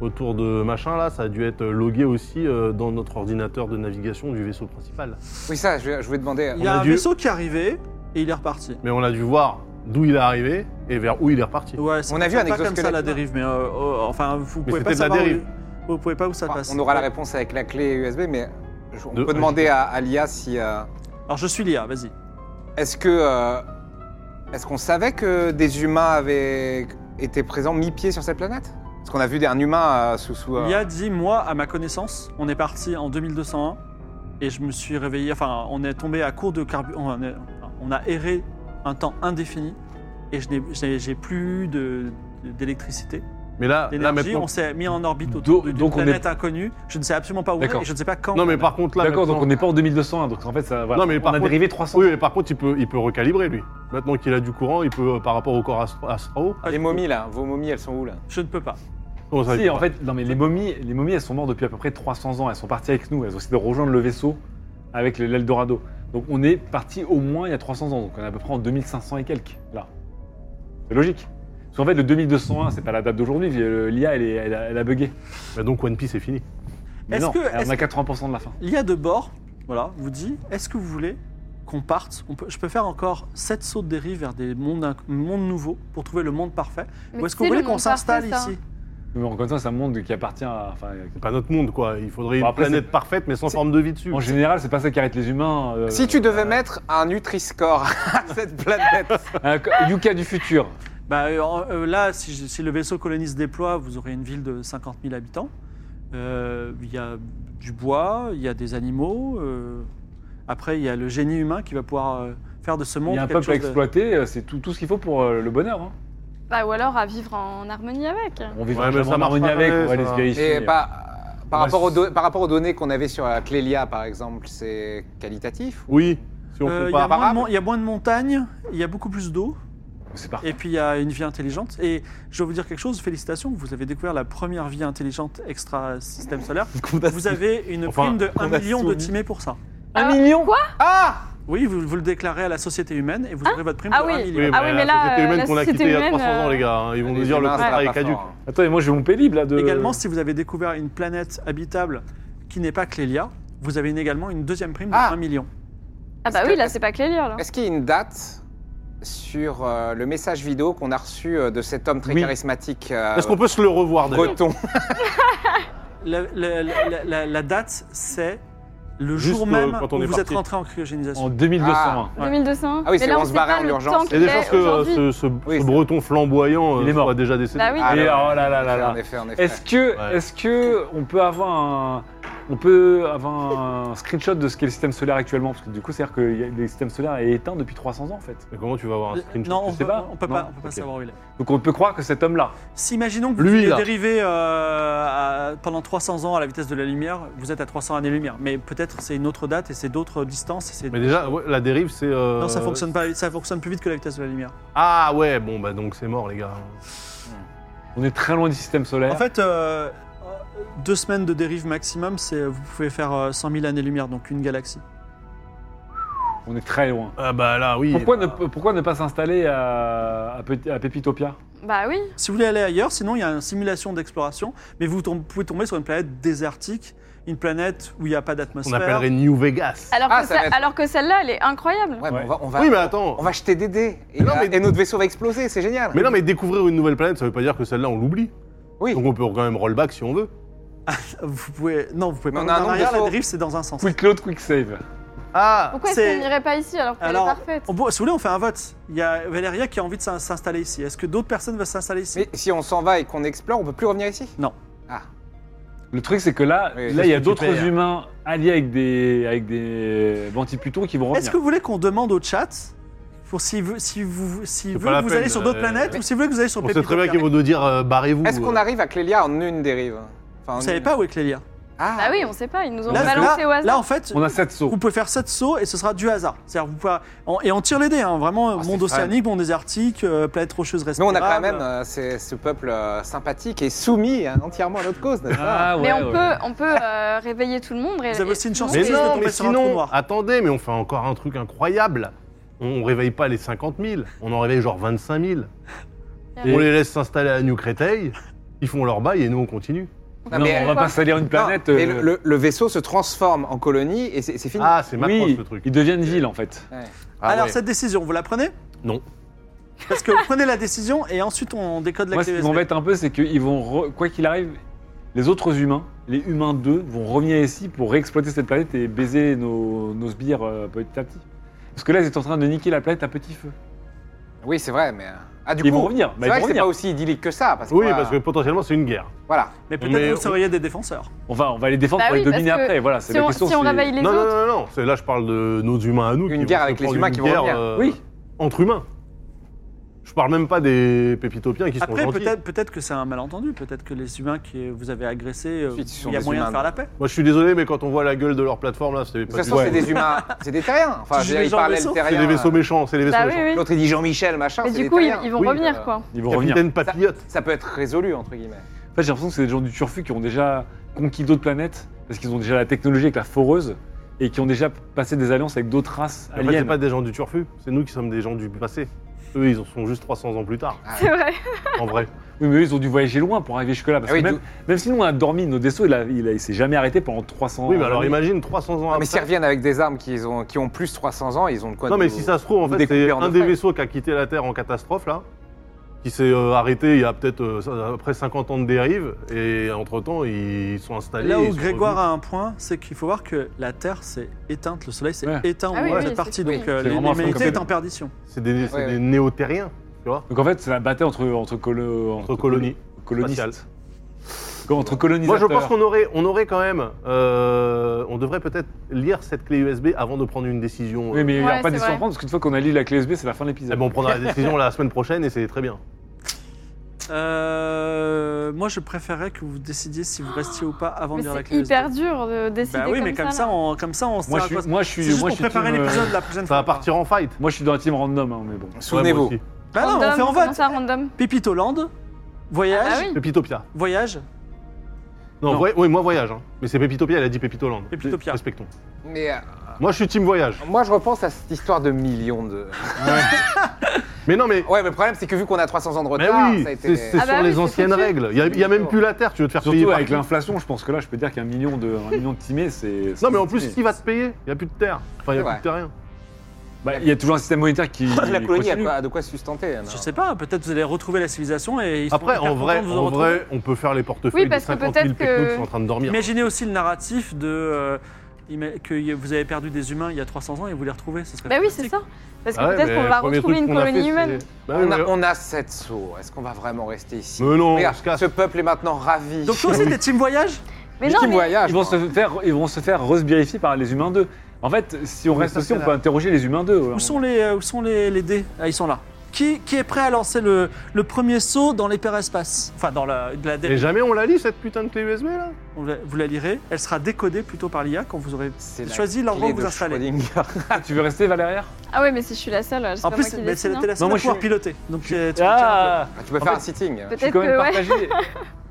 C: autour de machin là, ça a dû être logué aussi euh, dans notre ordinateur de navigation du vaisseau principal.
E: Oui, ça, je, je voulais demander.
A: Il y a,
C: a
A: un
C: dû-
A: vaisseau qui est arrivé et il est reparti.
C: Mais on a dû voir d'où il est arrivé et vers où il est reparti.
A: Ouais, c'est
E: On a vu un
A: pas comme ça
E: exosquelette,
A: la
E: non
A: dérive, mais euh, euh, enfin, vous pouvez
C: c'était
A: pas
C: de la
A: savoir.
C: dérive.
A: Où, vous pouvez pas où ça
E: Enfin,
A: passe.
E: Ah, on aura la réponse avec la clé USB, mais je- on
C: De-
E: peut demander à, à l'IA si. euh,
A: Alors je suis l'IA, vas-y.
E: Est-ce que. euh, Est-ce qu'on savait que des humains avaient été présents mi-pied sur cette planète Parce qu'on a vu des- un humain euh, sous. sous euh,
A: L'IA dit moi, à ma connaissance, on est parti en 2201 et je me suis réveillé. Enfin, on est tombé à court de carburant. On, est- on a erré un temps indéfini et je n'ai- j'ai j'ai plus de- d'électricité,
C: Mais là, là
A: d'énergie.
C: maintenant.
A: On s'est mis en orbite
B: Do-
A: autour d'une
B: donc on est-
A: planète inconnue. Je ne sais absolument pas où
B: D'accord.
A: et je ne sais pas quand.
C: Non mais par contre là.
B: D'accord, donc on
C: maintenant-
B: n'est pas en 2201, donc en fait, ça, voilà.
C: Non, mais
B: on
C: par
B: a
C: contre-
B: dérivé 300.
C: Oui, mais par contre, il peut, il peut recalibrer lui. Maintenant qu'il a du courant, il peut euh, par rapport au corps astro- astro.
E: Les momies, là. Vos momies, elles sont où, là
A: Euh, Je ne peux pas.
C: Comment ça, il
B: Si,
C: peut
B: en
C: pas
B: fait, non, mais les momies, les momies, elles sont mortes depuis à peu près 300 ans. Elles sont parties avec nous. Elles ont essayé de rejoindre le vaisseau avec le- l'Eldorado. Donc on est parti au moins il y a 300 ans. Donc on est à peu près en 2500 et quelques, là. C'est logique. Parce qu'en fait, le 2201, c'est pas la date d'aujourd'hui. le- L'IA, elle, est- elle a- elle a bugué.
C: Bah, donc One Piece est fini.
B: Mais
A: Est-ce
B: non,
A: que-
B: elle
A: est-ce
B: en a 80% de la fin.
A: L'IA de bord, voilà, vous dit est-ce que vous voulez qu'on parte On peut- Je peux faire encore 7 sauts de dérive vers des mondes, inc- mondes nouveaux pour trouver le monde parfait.
D: Mais
A: Ou est-ce
D: tu
A: que vous
D: sais,
A: voulez
D: le
A: qu'on
D: monde
A: s'installe
D: parfait, ça.
A: ici
B: Mais en ça, c'est un monde qui appartient à. Enfin,
C: C'est pas notre monde, quoi. Il faudrait
B: Bon,
C: une
B: après,
C: planète parfaite, mais sans
E: c'est-
C: forme de vie dessus.
B: en général, c'est pas ça qui arrête les humains. euh,
E: Si tu devais mettre un Nutri-Score *laughs* à cette planète,
B: un co- euh, Yuka du futur.
A: bah, euh, euh, Là, si, je- si le vaisseau colonie se déploie, vous aurez une ville de 50 000 habitants. Euh, Il y a du bois, il y a des animaux. euh, Après, il y a le génie humain qui va pouvoir euh, faire de ce
B: Il
A: monde
B: y a un
A: quelque
B: peuple à
A: chose de-
B: exploiter, euh, c'est tout, tout ce qu'il faut pour euh, le bonheur. hein.
D: Bah, ou alors à vivre en harmonie avec.
B: On vit
C: Ouais, mais
B: vraiment
C: ça
B: en harmonie
C: marchera
B: avec,
C: jamais,
B: on va
C: ça.
B: aller se vérifier.
E: Et par, par
C: Ouais,
E: rapport aux
C: bah, c'est-
E: don- par rapport aux données qu'on avait sur la Clélia, par exemple, c'est qualitatif ou-
C: Oui, si
A: Euh,
C: on
A: il y a
C: compare.
A: moins de
E: parable.
A: mon- Il y a moins de montagnes, il y a beaucoup plus d'eau,
B: C'est parfait.
A: et puis il y a une vie intelligente. Et je vais vous dire quelque chose, félicitations, vous avez découvert la première vie intelligente extra système solaire. Vous avez une
C: Enfin,
A: prime de
C: qu'on
A: 1
C: a
A: million
C: sauvé.
A: de timés pour ça.
D: Ah,
E: million
D: quoi
E: Ah
A: Oui, vous, vous le déclarez à la société humaine et vous aurez votre prime
D: Ah
A: de
D: oui.
A: 1 million.
C: Oui,
D: Ah oui, mais là,
C: société
D: euh,
C: humaine
D: la
C: qu'on a
D: société
C: quittée il y a
D: humaine,
C: 300 ans,
D: euh,
C: les gars. hein, Ils vont
E: Les
C: nous dire le
E: humains, ça
C: contrat
E: va
C: est
E: pas
C: caduque.
E: fort, hein.
B: Attends, et moi j'ai mon pélib
C: Euh,
B: là de.
A: Également, si vous avez découvert une planète habitable qui n'est pas Clélia, vous avez une- également une deuxième prime de
E: Ah.
A: 1 million.
D: Ah, bah
E: Est-ce
D: oui,
E: que-
D: là, c'est pas Clélia, là.
E: Est-ce qu'il y a une date sur euh, le message vidéo qu'on a reçu euh, de cet homme très
C: Oui.
E: charismatique euh,
C: Est-ce qu'on peut se le revoir d'ailleurs
E: breton
A: La, la- la- la- la date, c'est le
C: Juste,
A: jour
C: euh,
A: même
C: quand on
A: où
C: est
A: vous êtes
C: parti.
A: rentré en cryogénisation.
B: En 2220.
A: Ouais.
D: 2200.
E: Ah oui,
D: Mais
E: c'est
D: là,
E: on se
D: sait
E: barrait
D: pas
E: en
D: le
E: urgence.
C: Il
D: temps
C: y a
D: qu'il
C: des chances
D: est
C: que euh,
D: aujourd'hui.
C: ce, ce-
E: Oui,
C: ce
E: c'est-
C: breton flamboyant euh,
B: Il est mort.
C: soit déjà décédé.
D: Bah oui.
E: Ah,
B: Et
E: ouais,
B: oh là là là
E: En
B: là.
E: effet, en effet.
B: Est-ce que,
C: Ouais.
B: est-ce que on peut avoir un, on peut avoir un screenshot de ce qu'est le système solaire actuellement Parce que du coup, c'est-à-dire que y a- le système solaire est éteint depuis 300 ans en fait.
C: Mais comment tu vas avoir un
A: Euh,
C: screenshot
A: non, on
B: je sais
A: peut
B: pas.
A: on peut
B: Non,
A: pas, on peut pas
B: ok.
A: savoir où il est.
B: Donc on peut croire que cet homme-là.
A: Si imaginons que
C: Lui,
A: vous ayez
C: là.
A: dérivé euh, à- pendant 300 ans à la vitesse de la lumière, vous êtes à 300 années-lumière. Mais peut-être c'est une autre date et c'est d'autres distances. et c'est-
C: Mais déjà, ouais, la dérive, c'est. euh,
A: non, ça fonctionne pas, ça fonctionne plus vite que la vitesse de la lumière.
C: Ah ouais, bon, bah donc c'est mort, les gars.
B: On est très loin du système solaire.
A: En fait, euh, euh, deux semaines de dérive maximum, c'est vous pouvez faire euh, 100 000 années-lumière, donc une galaxie.
B: on est très loin.
C: Ah bah là, oui.
B: Pourquoi
C: bah,
B: ne, pourquoi ne pas s'installer à, à, Pe- à Pépitopia
D: Bah oui.
A: Si vous voulez aller ailleurs, sinon il y a une simulation d'exploration, mais vous tom- pouvez tomber sur une planète désertique, une planète où il n'y a pas
C: On
A: d'atmosphère.
C: appellerait New Vegas.
D: Alors,
E: Ah,
D: que
E: ça
D: ça-
E: va être-
D: alors que celle-là, elle est incroyable.
E: Ouais, mais
B: Ouais.
E: on va, on va-
C: oui, mais attends.
E: on va jeter des dés et,
C: non,
E: euh,
C: mais-
E: et notre vaisseau va exploser, c'est génial.
C: Mais non, mais découvrir une nouvelle planète, ça veut pas dire que celle-là, on l'oublie.
E: Oui.
C: Donc on peut quand même rollback si on veut.
A: Vous pouvez, non, vous pouvez
E: Mais
A: pas.
E: on a un
A: en
E: nombre de
A: arrière, la
E: sauts.
A: dérive, c'est dans un sens.
B: Quick load, quick save.
C: Ah
D: Pourquoi est-ce
A: C'est-
D: qu'on n'irait pas ici alors qu'elle est
A: Alors,
D: parfaite
A: On peut- si vous voulez, on fait un vote. Il y a Valéria qui a envie de s'in- s'installer ici. Est-ce que d'autres personnes veulent s'installer ici
E: Mais si on s'en va et qu'on explore, on peut plus revenir ici
A: Non.
E: Ah.
B: Le truc, c'est que là,
E: Oui,
B: là,
C: c'est ce que
B: il y a
C: tu hein.
B: d'autres
C: perds.
B: humains alliés avec des, avec des antiputons qui vont revenir.
A: Est-ce que vous voulez qu'on demande au chat pour si vous, si vous, si
C: C'est
A: veut
C: pas la
A: que vous allez
C: peine,
A: sur d'autres
C: euh,
A: planètes ou si vous voulez que vous allez sur
C: On sait très bien
A: Pépitopia.
C: qu'ils vont nous dire euh, barrez-vous.
E: Est-ce qu'on
C: euh.
E: arrive à Clélia en une dérive enfin,
A: Vous
E: en
A: savez
E: une-
A: pas où est Clélia
E: Ah
D: Bah oui, on sait pas, ils nous ont
A: là,
D: balancé
A: là-
D: au hasard.
A: là, en fait,
B: On a 7 sauts.
A: vous pouvez faire 7 sauts et ce sera du hasard. C'est-à-dire, vous pouvez- en- et on tire les dés, hein, vraiment,
E: Ah,
A: monde
E: c'est fun.
A: océanique, monde désertique, euh, planète rocheuse
E: Mais
A: respirable.
E: on a quand même euh, ces- ce peuple euh, sympathique et soumis hein, entièrement à notre cause, n'est-ce pas
B: Ah,
D: mais
B: ouais,
D: on
B: ouais.
D: peut, on peut euh, réveiller tout le monde. Et,
A: Vous avez aussi une
D: et-
A: chance
C: Mais
A: risque de
C: non,
A: tomber
C: mais
A: sur un trou
C: sinon,
A: noir.
C: attendez, mais on fait encore un truc incroyable. On réveille pas les 50 000, on en réveille genre 25 000.
D: Et-
C: On les laisse s'installer à New Créteil, ils font leur bail et nous on continue.
E: Non,
B: Non,
E: mais-
B: on va pas salir une planète.
E: Non, mais
B: euh,
E: le, le- le vaisseau se transforme en colonie et c'est c'est fini.
C: Ah, c'est Macross
B: oui,
C: le truc.
B: ils deviennent ville en fait.
C: Ah
A: Alors,
C: ouais.
A: cette décision, vous la prenez
C: Non.
A: Parce que vous prenez la décision et ensuite on décode la
B: Moi, ce
A: clé
B: qui
A: USB.
B: m'embête un peu, c'est qu'ils vont, re- quoi qu'il arrive, les autres humains, les humains 2, vont revenir ici pour réexploiter cette planète et baiser nos, nos sbires euh, petit à petit. Parce que là, ils étaient en train de niquer la planète à petit feu.
E: Oui, c'est vrai, mais. euh, Ah, du
B: ils
E: coup,
B: vont revenir.
E: C'est
B: Bah,
E: vrai
B: ils
E: que
B: vont
E: c'est pas
B: revenir.
E: aussi idyllique que ça. Parce que,
C: Oui,
E: voilà,
C: parce que potentiellement c'est une guerre.
E: Voilà.
A: Mais peut-être
C: Mais
A: que vous seriez des défenseurs.
B: On va, on va les défendre
D: Bah
B: pour
D: oui,
B: les
D: parce
B: dominer
D: que
B: après. Voilà, c'est
D: Si
B: la
D: on,
B: question.
D: si on
B: c'est-
D: réveille les
C: non, non, non,
D: autres.
C: non, c'est là je parle de nos humains à nous.
E: Une
C: qui vont
E: guerre
C: se
E: avec les
C: prendre
E: humains
C: une
E: qui vont
C: guerre,
E: revenir.
C: euh,
B: Oui.
C: Entre humains. Je parle même pas des pépitopiens qui sont
A: Après,
C: gentils.
A: peut-être peut que c'est un malentendu. Peut-être que les humains que vous avez agressés, euh,
E: Si, ce sont
A: il y a
E: des
A: moyen de
E: humains,
A: faire la paix.
C: Moi je suis désolé, mais quand on voit la gueule de leur plateforme là, c'est
E: De
C: pas
E: toute
C: du
E: façon,
C: tout-
E: c'est des hein. humains. *laughs* C'est des terriens. Enfin,
A: Tu
E: je
A: dis
E: veux dire,
A: les
E: ils
A: gens
E: parlaient
A: vaisseaux
E: le
C: C'est
E: terrien. euh,
C: des vaisseaux méchants, c'est des vaisseaux
D: Bah oui,
C: méchants.
D: oui.
E: L'autre, il dit Jean-Michel, machin.
D: Mais
E: c'est
D: du
E: des
D: coup, ils,
E: terriens.
D: ils vont
C: Oui,
D: revenir,
E: euh,
D: quoi. *laughs*
B: Ils vont revenir.
C: Capitaine Papillote.
E: Ça peut être résolu, entre guillemets.
B: En fait, j'ai l'impression que c'est des gens du turfu qui ont déjà conquis d'autres planètes parce qu'ils ont déjà la technologie avec la foreuse et qui ont déjà passé des alliances avec d'autres races
C: En fait,
B: aliens.
C: c'est pas des gens du turfu, c'est nous qui sommes des gens du passé. Eux, ils en sont juste 300 ans plus tard,
D: C'est vrai.
C: en vrai.
B: Oui, mais eux, ils ont dû voyager loin pour arriver jusque-là. Parce
E: Ah oui,
B: que même,
E: d'où-
B: même si nous, on a dormi, nos vaisseaux, il, a- il, a- il s'est jamais arrêté pendant 300
C: Oui, mais alors
B: années.
C: imagine 300 ans
E: Non,
C: après.
E: Ah, mais s'ils reviennent avec des armes qui ont, qui ont plus de 300 ans, ils ont de quoi
C: Non,
E: nous-
C: mais si ça se trouve, en
E: vous
C: fait, c'est
E: découpez en
C: un
E: deux
C: des
E: frères.
C: vaisseaux qui a quitté la Terre en catastrophe, là, qui s'est euh, arrêté il y a peut-être euh, ça- après 50 ans de dérive, et entre-temps, ils sont installés.
A: Là
C: ils
A: où
C: sont
A: Grégoire
C: revenus.
A: a un point, c'est qu'il faut voir que la Terre s'est éteinte, le Soleil s'est
B: Ouais.
A: éteint
D: Ah
A: où
D: oui,
A: vous
D: oui,
A: êtes parti,
D: c'est-
A: donc
D: oui.
A: euh,
B: C'est vraiment
A: l'humanité
B: comme-
A: est en perdition.
C: C'est des, c'est
E: Ouais,
C: des
E: ouais.
C: néo-terriens, tu vois,
B: Donc en fait, c'est la bataille entre, entre, colo-
C: entre colonies.
B: colonistes.
C: spatiales.
B: Entre
C: Moi,
B: colonisateurs.
C: je pense qu'on aurait, on aurait quand même. euh, on devrait peut-être lire cette clé USB avant de prendre une décision. euh.
B: Oui, mais il n'y aura
D: Ouais,
B: pas de
D: c'est
B: décision à
D: vrai.
B: prendre, parce qu'une fois qu'on a lu la clé USB, c'est la fin de
C: Eh
B: l'épisode.
C: ben, on prendra la décision la semaine prochaine et c'est très bien.
A: Euh, moi, je préférerais que vous décidiez si vous restiez ou pas avant
D: Mais
A: de lire la
D: c'est
A: clé. USB.
D: hyper dur de décider
A: Bah oui, mais comme ça,
D: là.
A: on, comme ça, on se
B: moi,
A: tient
B: je
A: à
B: suis,
A: quoi-
B: moi, je suis,
A: C'est juste
B: moi, je
A: pour
B: suis
A: préparer
B: team, euh,
A: l'épisode la prochaine
C: Ça
A: fois.
C: va partir en fight.
B: Moi, je suis dans la team random, hein, mais bon.
E: Souvenez-vous.
C: Ouais, moi aussi.
A: Bah non, on
D: Random,
A: fait en
D: comment
A: vote.
D: ça, random
A: Pépito Land, voyage,
D: Ah bah oui.
C: Pépitopia.
A: voyage,
C: Non,
B: Non.
C: voy- oui, moi voyage. hein. Mais c'est Pépitopia, elle a dit Pépitoland.
A: Pépitopia.
C: Respectons.
E: Mais euh,
C: Moi, je suis team voyage.
E: moi, je repense à cette histoire de millions de.
C: Mais non, mais.
E: Ouais, mais le problème, c'est que vu qu'on a 300 ans de
C: Mais
E: retard,
C: oui,
E: ça a été.
C: c'est c'est
D: Ah bah
C: sur
D: oui,
C: les
D: c'est
C: anciennes
D: tout de suite.
C: règles. Il y a, il y a même plus la terre, tu veux te faire payer
B: Surtout
C: par
B: avec
C: qui
B: l'inflation, je pense que là, je peux dire qu'un million de, un million de timés, c'est.
C: Non, mais en
B: c'est
C: plus,
B: timé.
C: qui va se payer Il n'y a plus de terre. Enfin, il n'y a
E: Ouais.
C: plus de terrain.
B: Bah, il y a toujours un système monétaire qui.
E: *laughs* Ah, La colonie a
B: continue.
E: quoi- de quoi se sustenter. alors.
A: je sais pas, peut-être vous allez retrouver la civilisation et ils seront
C: Après,
A: hyper
C: en vrai,
A: contents de vous
C: en
A: retrouver.
C: vrai, on peut faire les portefeuilles
D: Oui,
C: des
D: parce que
C: 50
D: peut-être
C: 000 technos
D: que-
C: qui sont en train de dormir.
A: Imaginez aussi le narratif de euh, ima- que y- vous avez perdu des humains il y a 300 ans et vous les retrouvez. Ce serait
D: Bah oui, c'est
A: fantastique.
D: ça. Parce que
C: Ah ouais,
D: peut-être
C: mais
D: qu'on
C: le
D: va
C: premier
D: retrouver
C: truc
D: une
C: qu'on a
D: colonie
C: fait,
D: humaine.
C: c'est- Bah oui,
E: On
C: mais-
E: a, on a 7 sauts. Est-ce qu'on va vraiment rester ici
C: Mais non, on
E: Regarde,
C: se casse.
E: ce peuple est maintenant ravi.
A: Donc
E: *laughs*
A: toi aussi, t'es team voyage
D: Mais
E: Qui
D: non, mais
E: voyage
B: Ils vont
E: moi.
B: se faire, ils vont se faire resbirifier par les humains d'eux. En fait, si on
C: Mais
B: reste
C: ça,
B: aussi,
C: c'est
B: on
C: la-
B: peut interroger les humains d'eux. hein.
A: Où sont les euh, où sont les, les dés Ah, ils sont là. Qui, qui est prêt à lancer le, le premier saut dans l'hyperespace Enfin, dans la, de la dé-
C: Et jamais on la lit, cette putain de clé USB, là
A: on la- Vous la lirez. Elle sera décodée plutôt par l'IA quand vous aurez
E: C'est la
A: choisi l'endroit
E: clé
A: où vous
E: de
A: installez. *laughs*
E: Schrödinger.
B: Ah, tu veux rester, Valéria
D: Ah ouais, mais si je suis la seule, c'est
A: En
D: pas
A: plus,
D: moi qui
A: mais c'est
D: décide, hein.
A: t'es la seule
B: Non, moi,
A: à
B: je
A: pouvoir
B: suis-
A: piloter. Donc, tu es- tu tiens un
B: Ah
E: Tu peux
B: En
E: faire
B: fait,
E: un sitting.
B: Je suis
D: Peut-être
B: quand même
D: que ouais.
B: partagé.
D: *laughs*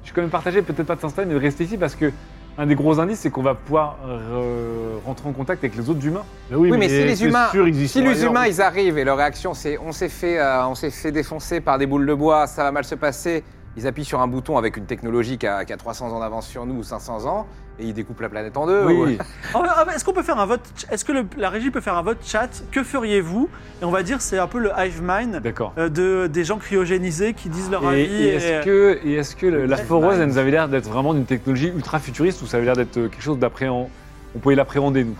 B: Je suis quand même partagé, peut-être pas de s'installer, mais de rester ici parce que un des gros indices, c'est qu'on va pouvoir euh, rentrer en contact avec les autres humains.
E: Oui, mais si les
C: c'est
E: humains-
C: sûr, ils y
E: Si
C: sont
E: les
C: ailleurs.
E: humains ils arrivent et leur réaction c'est on s'est fait euh, on s'est fait défoncer par des boules de bois, ça va mal se passer, ils appuient sur un bouton avec une technologie qui a, qui a 300 ans d'avance sur nous ou 500 ans et ils découpent la planète en deux.
B: oui.
E: ou-
A: peu. Ah, ah, bah, Est-ce qu'on peut faire un vote Est-ce que le- la régie peut faire un vote chat Que feriez-vous Et on va dire, c'est un peu le hive mind
B: D'accord.
A: euh, de, des gens cryogénisés qui disent leur
B: Bah. Et,
A: avis.
B: et est-ce
A: et-
B: que, et est-ce que le- la
A: euh, Nice.
B: foreuse, elle nous avait l'air d'être vraiment d'une technologie ultra futuriste ou ça avait l'air d'être euh, quelque chose d'appréhend On pouvait l'appréhender, nous.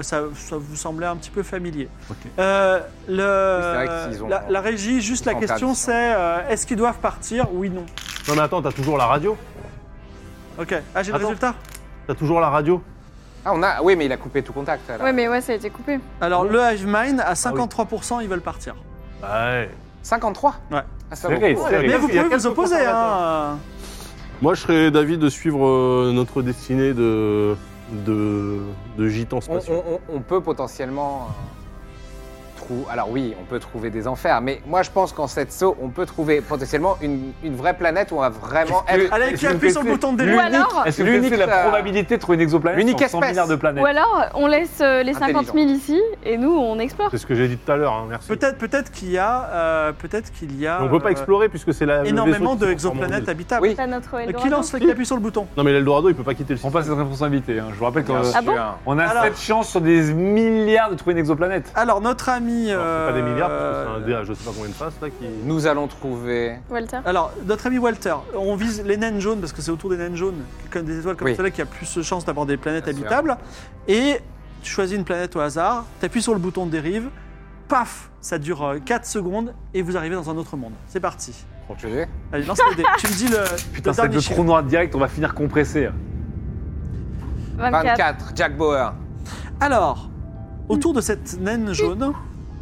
A: ça, ça vous semblait un petit peu familier.
B: Ok.
A: Euh, le-
E: Oui, c'est vrai qu'ils ont-
A: la, la régie, juste
E: ils
A: la
E: sont en
A: question,
E: perdition.
A: c'est euh, est-ce qu'ils doivent partir Oui, non.
C: Non, mais attends, t'as toujours la radio
A: Ok. Ah, j'ai le
C: Attends.
A: résultat.
C: T'as toujours la radio
E: Ah on a oui mais il a coupé tout contact. là.
D: Ouais, mais ouais, ça a été coupé.
A: Alors, le Hive Mind,
C: Ah
A: à 53%, ils veulent partir.
C: Ouais.
E: 53.
A: Ouais.
E: Ah, ça
B: C'est
E: vaut
B: vrai,
E: beaucoup.
B: c'est vrai.
A: Mais vous
C: Il y
A: pouvez
C: a
A: vous
C: quelques
A: opposer. Hein.
C: Moi, je serais d'avis de suivre euh, notre destinée de, de, de gitan
E: On,
C: spatial.
E: on- on- on peut potentiellement euh, trou- Alors oui, on peut trouver des enfers, mais moi je pense qu'en cette saut, on peut trouver potentiellement une, une vraie planète où on va vraiment
B: Qu'est-ce que-
E: être.
A: Allez,
B: Est-ce
A: qui
B: que
A: appuie
B: vous
A: sur le
B: faites
A: bouton de
D: Ou
A: délire
D: alors,
B: Est-ce que vous
E: L'unique,
B: connaissez la
E: euh,
B: probabilité de trouver une exoplanète
E: l'unique
B: sur 100
E: espèce.
B: milliards de
D: ou
B: planètes
D: alors, on laisse euh, les
E: Intelligent.
D: 50 000 ici et nous, on explore.
C: C'est ce que j'ai dit tout à l'heure, hein, merci.
A: Peut-être, peut-être qu'il y a, euh, peut-être qu'il y a.
C: Mais on peut pas
A: euh,
C: explorer puisque c'est la. le
A: énormément
C: vaisseau
A: de
C: qui se transforme en
A: exoplanètes
C: ville.
A: habitables.
E: Oui.
D: Pas notre
A: Euh,
D: Eldorado.
A: Qui lance les qui appuie sur le bouton
C: Non, mais l'Eldorado, il peut pas quitter le
B: On
C: système.
B: passe cette responsabilité. hein. Je vous rappelle qu'on
D: Ah bon
B: on a
A: Alors-
B: cette chance sur des milliards de trouver une exoplanète.
A: Alors notre ami.
C: Alors, c'est pas des
A: euh,
C: milliards, parce que c'est un dé à je sais pas combien de faces, là, qui.
E: Nous allons trouver.
D: Walter.
A: Alors, notre ami Walter, on vise les naines jaunes parce que c'est autour des naines jaunes, comme des étoiles comme
E: Oui.
A: celle-là, qui a plus de chances d'avoir des planètes
E: Bien sûr.
A: habitables. Et tu choisis une planète au hasard, tu appuies sur le bouton de dérive, paf, ça dure euh, 4 secondes et vous arrivez dans un autre monde. C'est parti.
E: Tu veux
A: Allez, lance les dés. tu me dis le,
B: Putain,
A: le
B: c'est
A: dernier
B: de
A: chiffre.
B: trou noir direct, on va finir compressé.
D: 24.
E: 24, Jack Bauer.
A: Alors, autour de cette naine jaune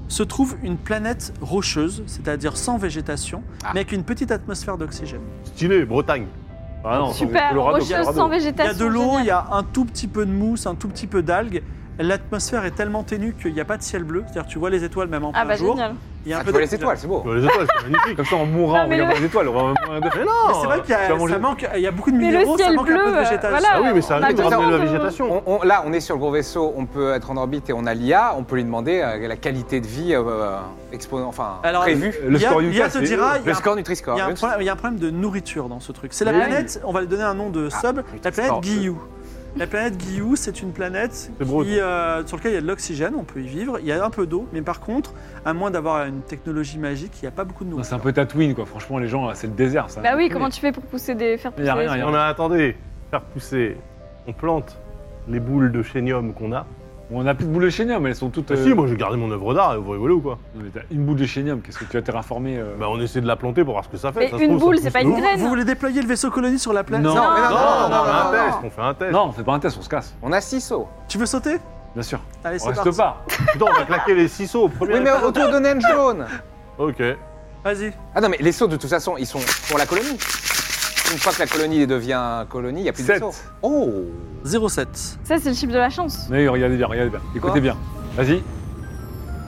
A: se trouve une planète rocheuse, c'est-à-dire sans végétation,
E: Ah.
A: mais avec une petite atmosphère d'oxygène.
C: Stylé, Bretagne.
B: Ah non,
D: Super,
B: Colorado,
D: rocheuse
B: Colorado.
D: sans
A: Il y
D: végétation.
A: a de l'eau,
D: génial.
A: il y a un tout petit peu de mousse, un tout petit peu d'algues. L'atmosphère est tellement ténue qu'il n'y a pas de ciel bleu. C'est-à-dire que tu vois les étoiles même en
D: Ah
A: plein
D: bah
A: jour.
D: génial.
A: Il y a un
E: Ah,
A: peu
E: tu vois
A: de-
E: les étoiles, c'est beau.
C: Ouais, Euh, Les étoiles, c'est magnifique.
B: Comme ça, on mourra,
D: Non,
B: on
D: mais
B: regardera
D: le-
B: les étoiles. On va mourir de
C: Mais
A: *laughs* Mais
C: non
A: Ah, c'est vrai qu'il y a,
B: Tu vas manger-
A: ça manque- il y a beaucoup de
D: Mais le
A: minéraux, ça
D: ciel
A: manque un peu de
D: bleu, euh,
A: végétation.
D: voilà.
C: Ah oui, mais ça
D: On a
C: arrive de
E: besoin
C: ramener la
D: de-
C: végétation.
E: On- on- là, on est sur le gros vaisseau, on peut être en orbite et on a l'IA, on peut lui demander euh, la qualité de vie euh, euh, expo- enfin,
A: Alors,
E: prévue.
B: Le
A: L'IA-
B: score Yuka,
A: l'IA te
B: c'est-
A: dira, il y
E: Le
A: a un-
E: score Nutri-Score.
A: il y a un
E: Même si-
A: problème- il y a un problème de nourriture dans ce truc. C'est la
D: Ah oui.
A: planète, on va lui donner un nom de
E: Ah,
A: sub, la planète Guillou. La planète Guillou, c'est une planète
C: C'est brut.
A: qui, euh, sur laquelle il y a de l'oxygène, on peut y vivre, il y a un peu d'eau, mais par contre, à moins d'avoir une technologie magique, il n'y a pas beaucoup de
B: Non,
A: nourriture.
B: C'est un peu Tatooine, quoi. Franchement, les gens, c'est le désert, ça.
D: Bah oui, comment tu fais pour pousser des. faire
B: Il
D: pousser
B: y a rien,
D: des-
B: il y a
C: Non, mais attendez, faire pousser. On plante les boules de chénium qu'on a,
B: Bon, on n'a plus de boules de chénium, elles sont toutes.
C: Ah
B: euh,
C: Si, moi j'ai gardé mon œuvre d'art, vous rigolez ou quoi
B: non, mais t'as une boule de chénium, qu'est-ce que tu as terraformé euh,
C: Bah on essaie de la planter pour voir ce que ça fait.
D: Mais
C: ça se
D: une
C: trouve, ça
D: boule,
C: pousse
D: c'est pas
C: de
D: une
C: ouf.
D: graine.
A: Vous voulez déployer le vaisseau colonie sur la planète
B: Non.
C: Non,
E: mais
C: non,
E: non,
C: on fait
E: non,
C: un
E: non,
C: test,
E: non.
C: on fait un test.
B: Non, on fait pas un test, on se casse,
E: On a six sauts.
A: Tu veux sauter
B: bien sûr.
A: Allez,
B: On
A: c'est parti.
B: reste pas.
C: Putain, on va claquer les six sauts au premier.
E: Oui, mais
C: étage.
E: autour de naine jaune.
C: Ok.
A: Vas-y.
E: Ah non, mais les sauts, de toute façon, ils sont pour la colonie. Une fois que la colonie devient colonie, il n'y a plus de
B: Sept.
E: sauts. Oh
A: 07.
D: Ça, c'est le chip de la chance.
B: Mais regardez bien, regardez bien. Écoutez bien. Vas-y.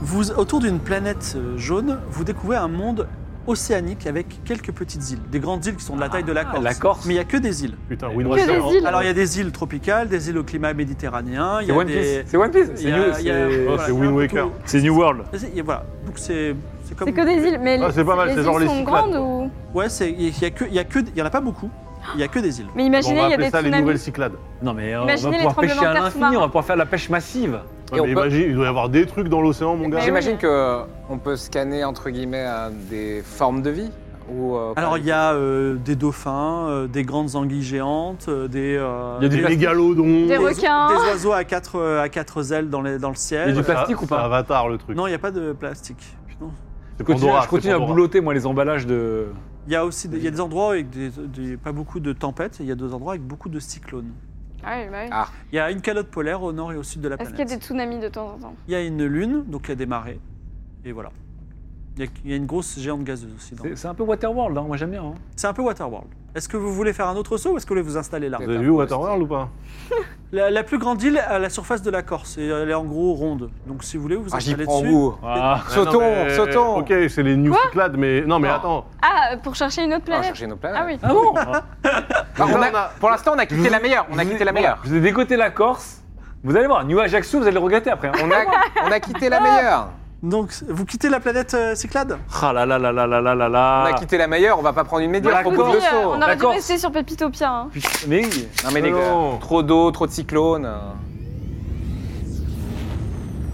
A: Vous, autour d'une planète euh, jaune, vous découvrez un monde océanique avec quelques petites îles. Des grandes îles qui sont de la taille de
D: Ah.
A: la Corse.
B: la Corse.
A: Mais il n'y a que des îles.
C: Putain,
B: Que
C: Windrush.
D: des îles.
A: Alors il y a des îles tropicales, des îles au climat méditerranéen. Il y
B: C'est
A: a
B: One
A: des...
B: Piece. C'est One Piece.
A: il
B: C'est
A: y a-
B: New,
A: il y a-
B: c'est-
A: voilà,
C: c'est
A: un
C: Wind
A: peu
C: Waker.
A: tout.
B: c'est New World.
A: Vas-y, et Voilà. Donc c'est c'est comme.
D: C'est que des îles, mais
C: Ah,
D: les-
C: c'est pas mal,
D: les
C: c'est
D: îles
C: genre les
D: sont
C: cyclades,
D: grandes
C: quoi.
D: ou
A: Ouais, c'est il y a que il y a que il y en a pas beaucoup. Il y a que des îles.
D: Mais
C: on
D: imaginez,
C: va
D: il y a
C: appeler
D: des
C: ça les
D: tsunamis.
C: nouvelles Cyclades.
B: Non, mais euh, on va
D: Imaginez les
B: pouvoir pêcher
D: tremblements
B: à
D: de terre
B: l'infini,
D: sous-marins.
B: on va pouvoir faire de la pêche massive.
C: Ouais,
E: Et on
C: mais
E: peut-
C: imagine, il doit y avoir des trucs dans l'océan, mon gars.
D: Mais-
E: J'imagine que euh, on peut scanner entre guillemets euh, des formes de vie ou. euh,
A: Alors il y a euh, des dauphins, euh, des grandes anguilles géantes, euh, des euh,
B: Il y a du
C: Des
B: plastique.
C: mégalodons.
D: Des
A: des,
D: requins.
A: des oiseaux à quatre euh, à quatre ailes dans, les- dans le
B: Il y a
A: ciel.
B: du plastique
C: Ah,
B: ou pas
C: c'est Avatar le truc.
A: Non, il n'y a pas de plastique. Non.
B: Je
C: C'est
B: continue,
C: Pandora,
B: je
C: c'est
B: continue à
C: Pandora.
B: boulotter, moi, les emballages de.
A: Il y a aussi des, il y a des endroits avec des, des- pas beaucoup de tempêtes, et il y a des endroits avec beaucoup de cyclones.
D: Ah oui, bah oui.
E: Ah,
A: Il y a une calotte polaire au nord et au sud de la
D: Est-ce
A: planète.
D: qu'il y a des tsunamis de temps en temps
A: Il y a une lune, donc il y a des marées. Et voilà. Il y a, il y a une grosse géante gazeuse aussi. dans-
B: C'est c'est un peu Waterworld, hein, moi j'aime bien. hein.
A: C'est un peu Waterworld. Est-ce que vous voulez faire un autre saut ou est-ce que vous voulez vous installer là
C: Vous avez vu Waterworld ou pas
A: la, la plus grande île à la surface de la Corse, et elle est en gros ronde. Donc si vous voulez, vous vous
E: Ah, j'y
A: installez
E: prends
A: dessus.
E: goût.
B: Ah,
E: Sautons,
C: Ah non,
A: euh,
C: mais-
E: sautons.
C: Ok, c'est les New Cyclades, mais non, mais
E: Non.
C: attends.
D: Ah, pour chercher une autre
E: On va
D: planète
E: chercher nos planètes.
D: Ah oui.
C: *laughs*
B: Ah bon
E: Ah, on a-
C: On a-
E: Pour l'instant, on a quitté la meilleure. On a
B: Je vous ai-
E: quitté la
B: voilà,
E: meilleure.
B: Je vous ai dégoté la Corse. Vous allez voir, New Ajaccio, vous allez le regretter après. hein.
E: On a, on a quitté la meilleure.
A: Donc vous quittez la planète euh, Cyclade
B: *laughs* Ah là là là là là là là
A: Ah.
E: On
B: là.
E: a quitté la meilleure. On va pas prendre une médiocre.
B: Voilà,
E: On
D: Oui,
E: propose
B: Corse.
E: le
D: euh,
E: saut.
D: on aurait dû
B: D'accord.
D: rester sur Pépitopia. Hein.
B: Putain, Mais oui. Oh.
E: Non mais les gars,
C: Non.
E: trop d'eau, trop de cyclones. euh.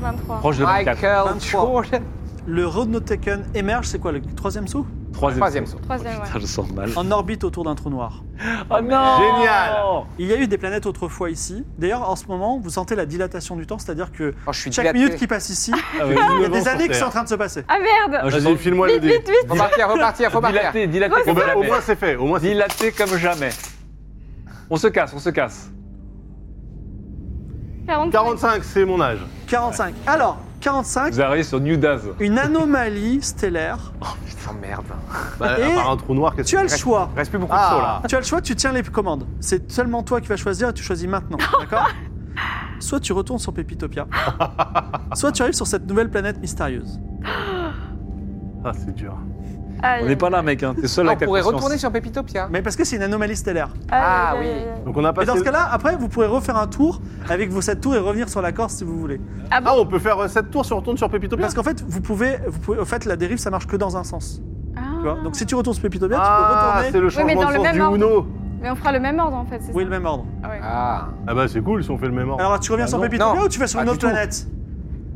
D: 23.
B: Proche de 24.
E: Michael
A: 23.
E: Jordan.
A: Le Rodnotaken émerge, c'est quoi le troisième saut
B: Troisième.
E: Troisième saut.
D: Troisième, ouais.
B: Putain, je sens mal.
A: En orbite autour d'un trou noir.
B: Oh non
C: Génial.
A: Il y a eu des planètes autrefois ici. D'ailleurs, en ce moment, vous sentez la dilatation du temps, c'est-à-dire que
E: Oh, je suis
A: chaque
E: dilaté. *laughs*
A: minute qui passe ici,
B: Ah ouais.
A: il y a
C: Innovant
A: des
C: sur
A: années qui
C: Terre.
A: sont en train de se passer.
D: Ah merde
B: Ah, je
C: Vas-y,
B: sens-
C: file-moi le
D: Vite,
C: dé.
D: vite, vite
E: Faut partir, faut partir, faut partir.
B: Dilaté, dilaté
C: Bon,
B: comme
C: bah, Au
B: jamais.
C: moins, c'est fait. Au moins, c'est
E: Ah,
B: Dilaté comme jamais. On se casse, on se casse.
D: 45.
C: 45, c'est mon âge.
A: 45. Alors, 45,
B: Vous arrivez sur New Daz.
A: une anomalie stellaire.
E: Putain, merde.
C: Bah,
A: Et-
C: à part un trou noir, qu'est-ce
A: Tu as le choix.
E: Reste plus beaucoup de sauts là.
C: Ah,
A: Tu as le choix, tu tiens les commandes. C'est seulement toi qui vas choisir et tu choisis maintenant, d'accord Soit tu retournes sur Pépitopia, soit tu arrives sur cette nouvelle planète mystérieuse.
C: ah c'est dur.
D: Aïe.
B: On n'est pas là, mec, hein. t'es seul
E: Ah,
B: avec
E: on
B: ta
E: pourrait
B: conscience.
E: retourner sur Pépitopia.
A: Mais parce que c'est une anomalie stellaire.
D: Aïe,
E: Ah,
D: aïe,
E: oui.
D: aïe, aïe.
C: Donc on a
A: Et
C: passé.
A: dans ce cas-là, après, vous pourrez refaire un tour avec vos 7 tours et revenir sur la Corse si vous voulez.
D: Ah
C: Ah,
D: bon
C: on peut faire euh, 7 tours si on retourne sur Pépitopia.
A: Parce qu'en fait, vous pouvez, vous pouvez, en fait, la dérive, ça marche que dans un sens. Tu vois
D: Ah.
A: Donc si tu retournes sur Pépitopia,
C: Ah,
A: tu peux
C: c'est
A: retourner.
C: le
D: mais
C: changement
D: dans
C: de
D: le
C: sens
D: même
C: du
D: ordre.
C: Uno.
D: Mais on fera le même ordre en fait, c'est
A: Oui,
D: ça
A: le même ordre.
D: Ah ouais.
E: Ah.
C: Ah bah c'est cool si on fait le même ordre.
A: Alors, tu reviens
B: Ah
A: sur
B: non.
A: Pépitopia
E: Non.
A: ou tu vas sur
E: Pas
A: une
E: du
A: autre
E: tout.
A: planète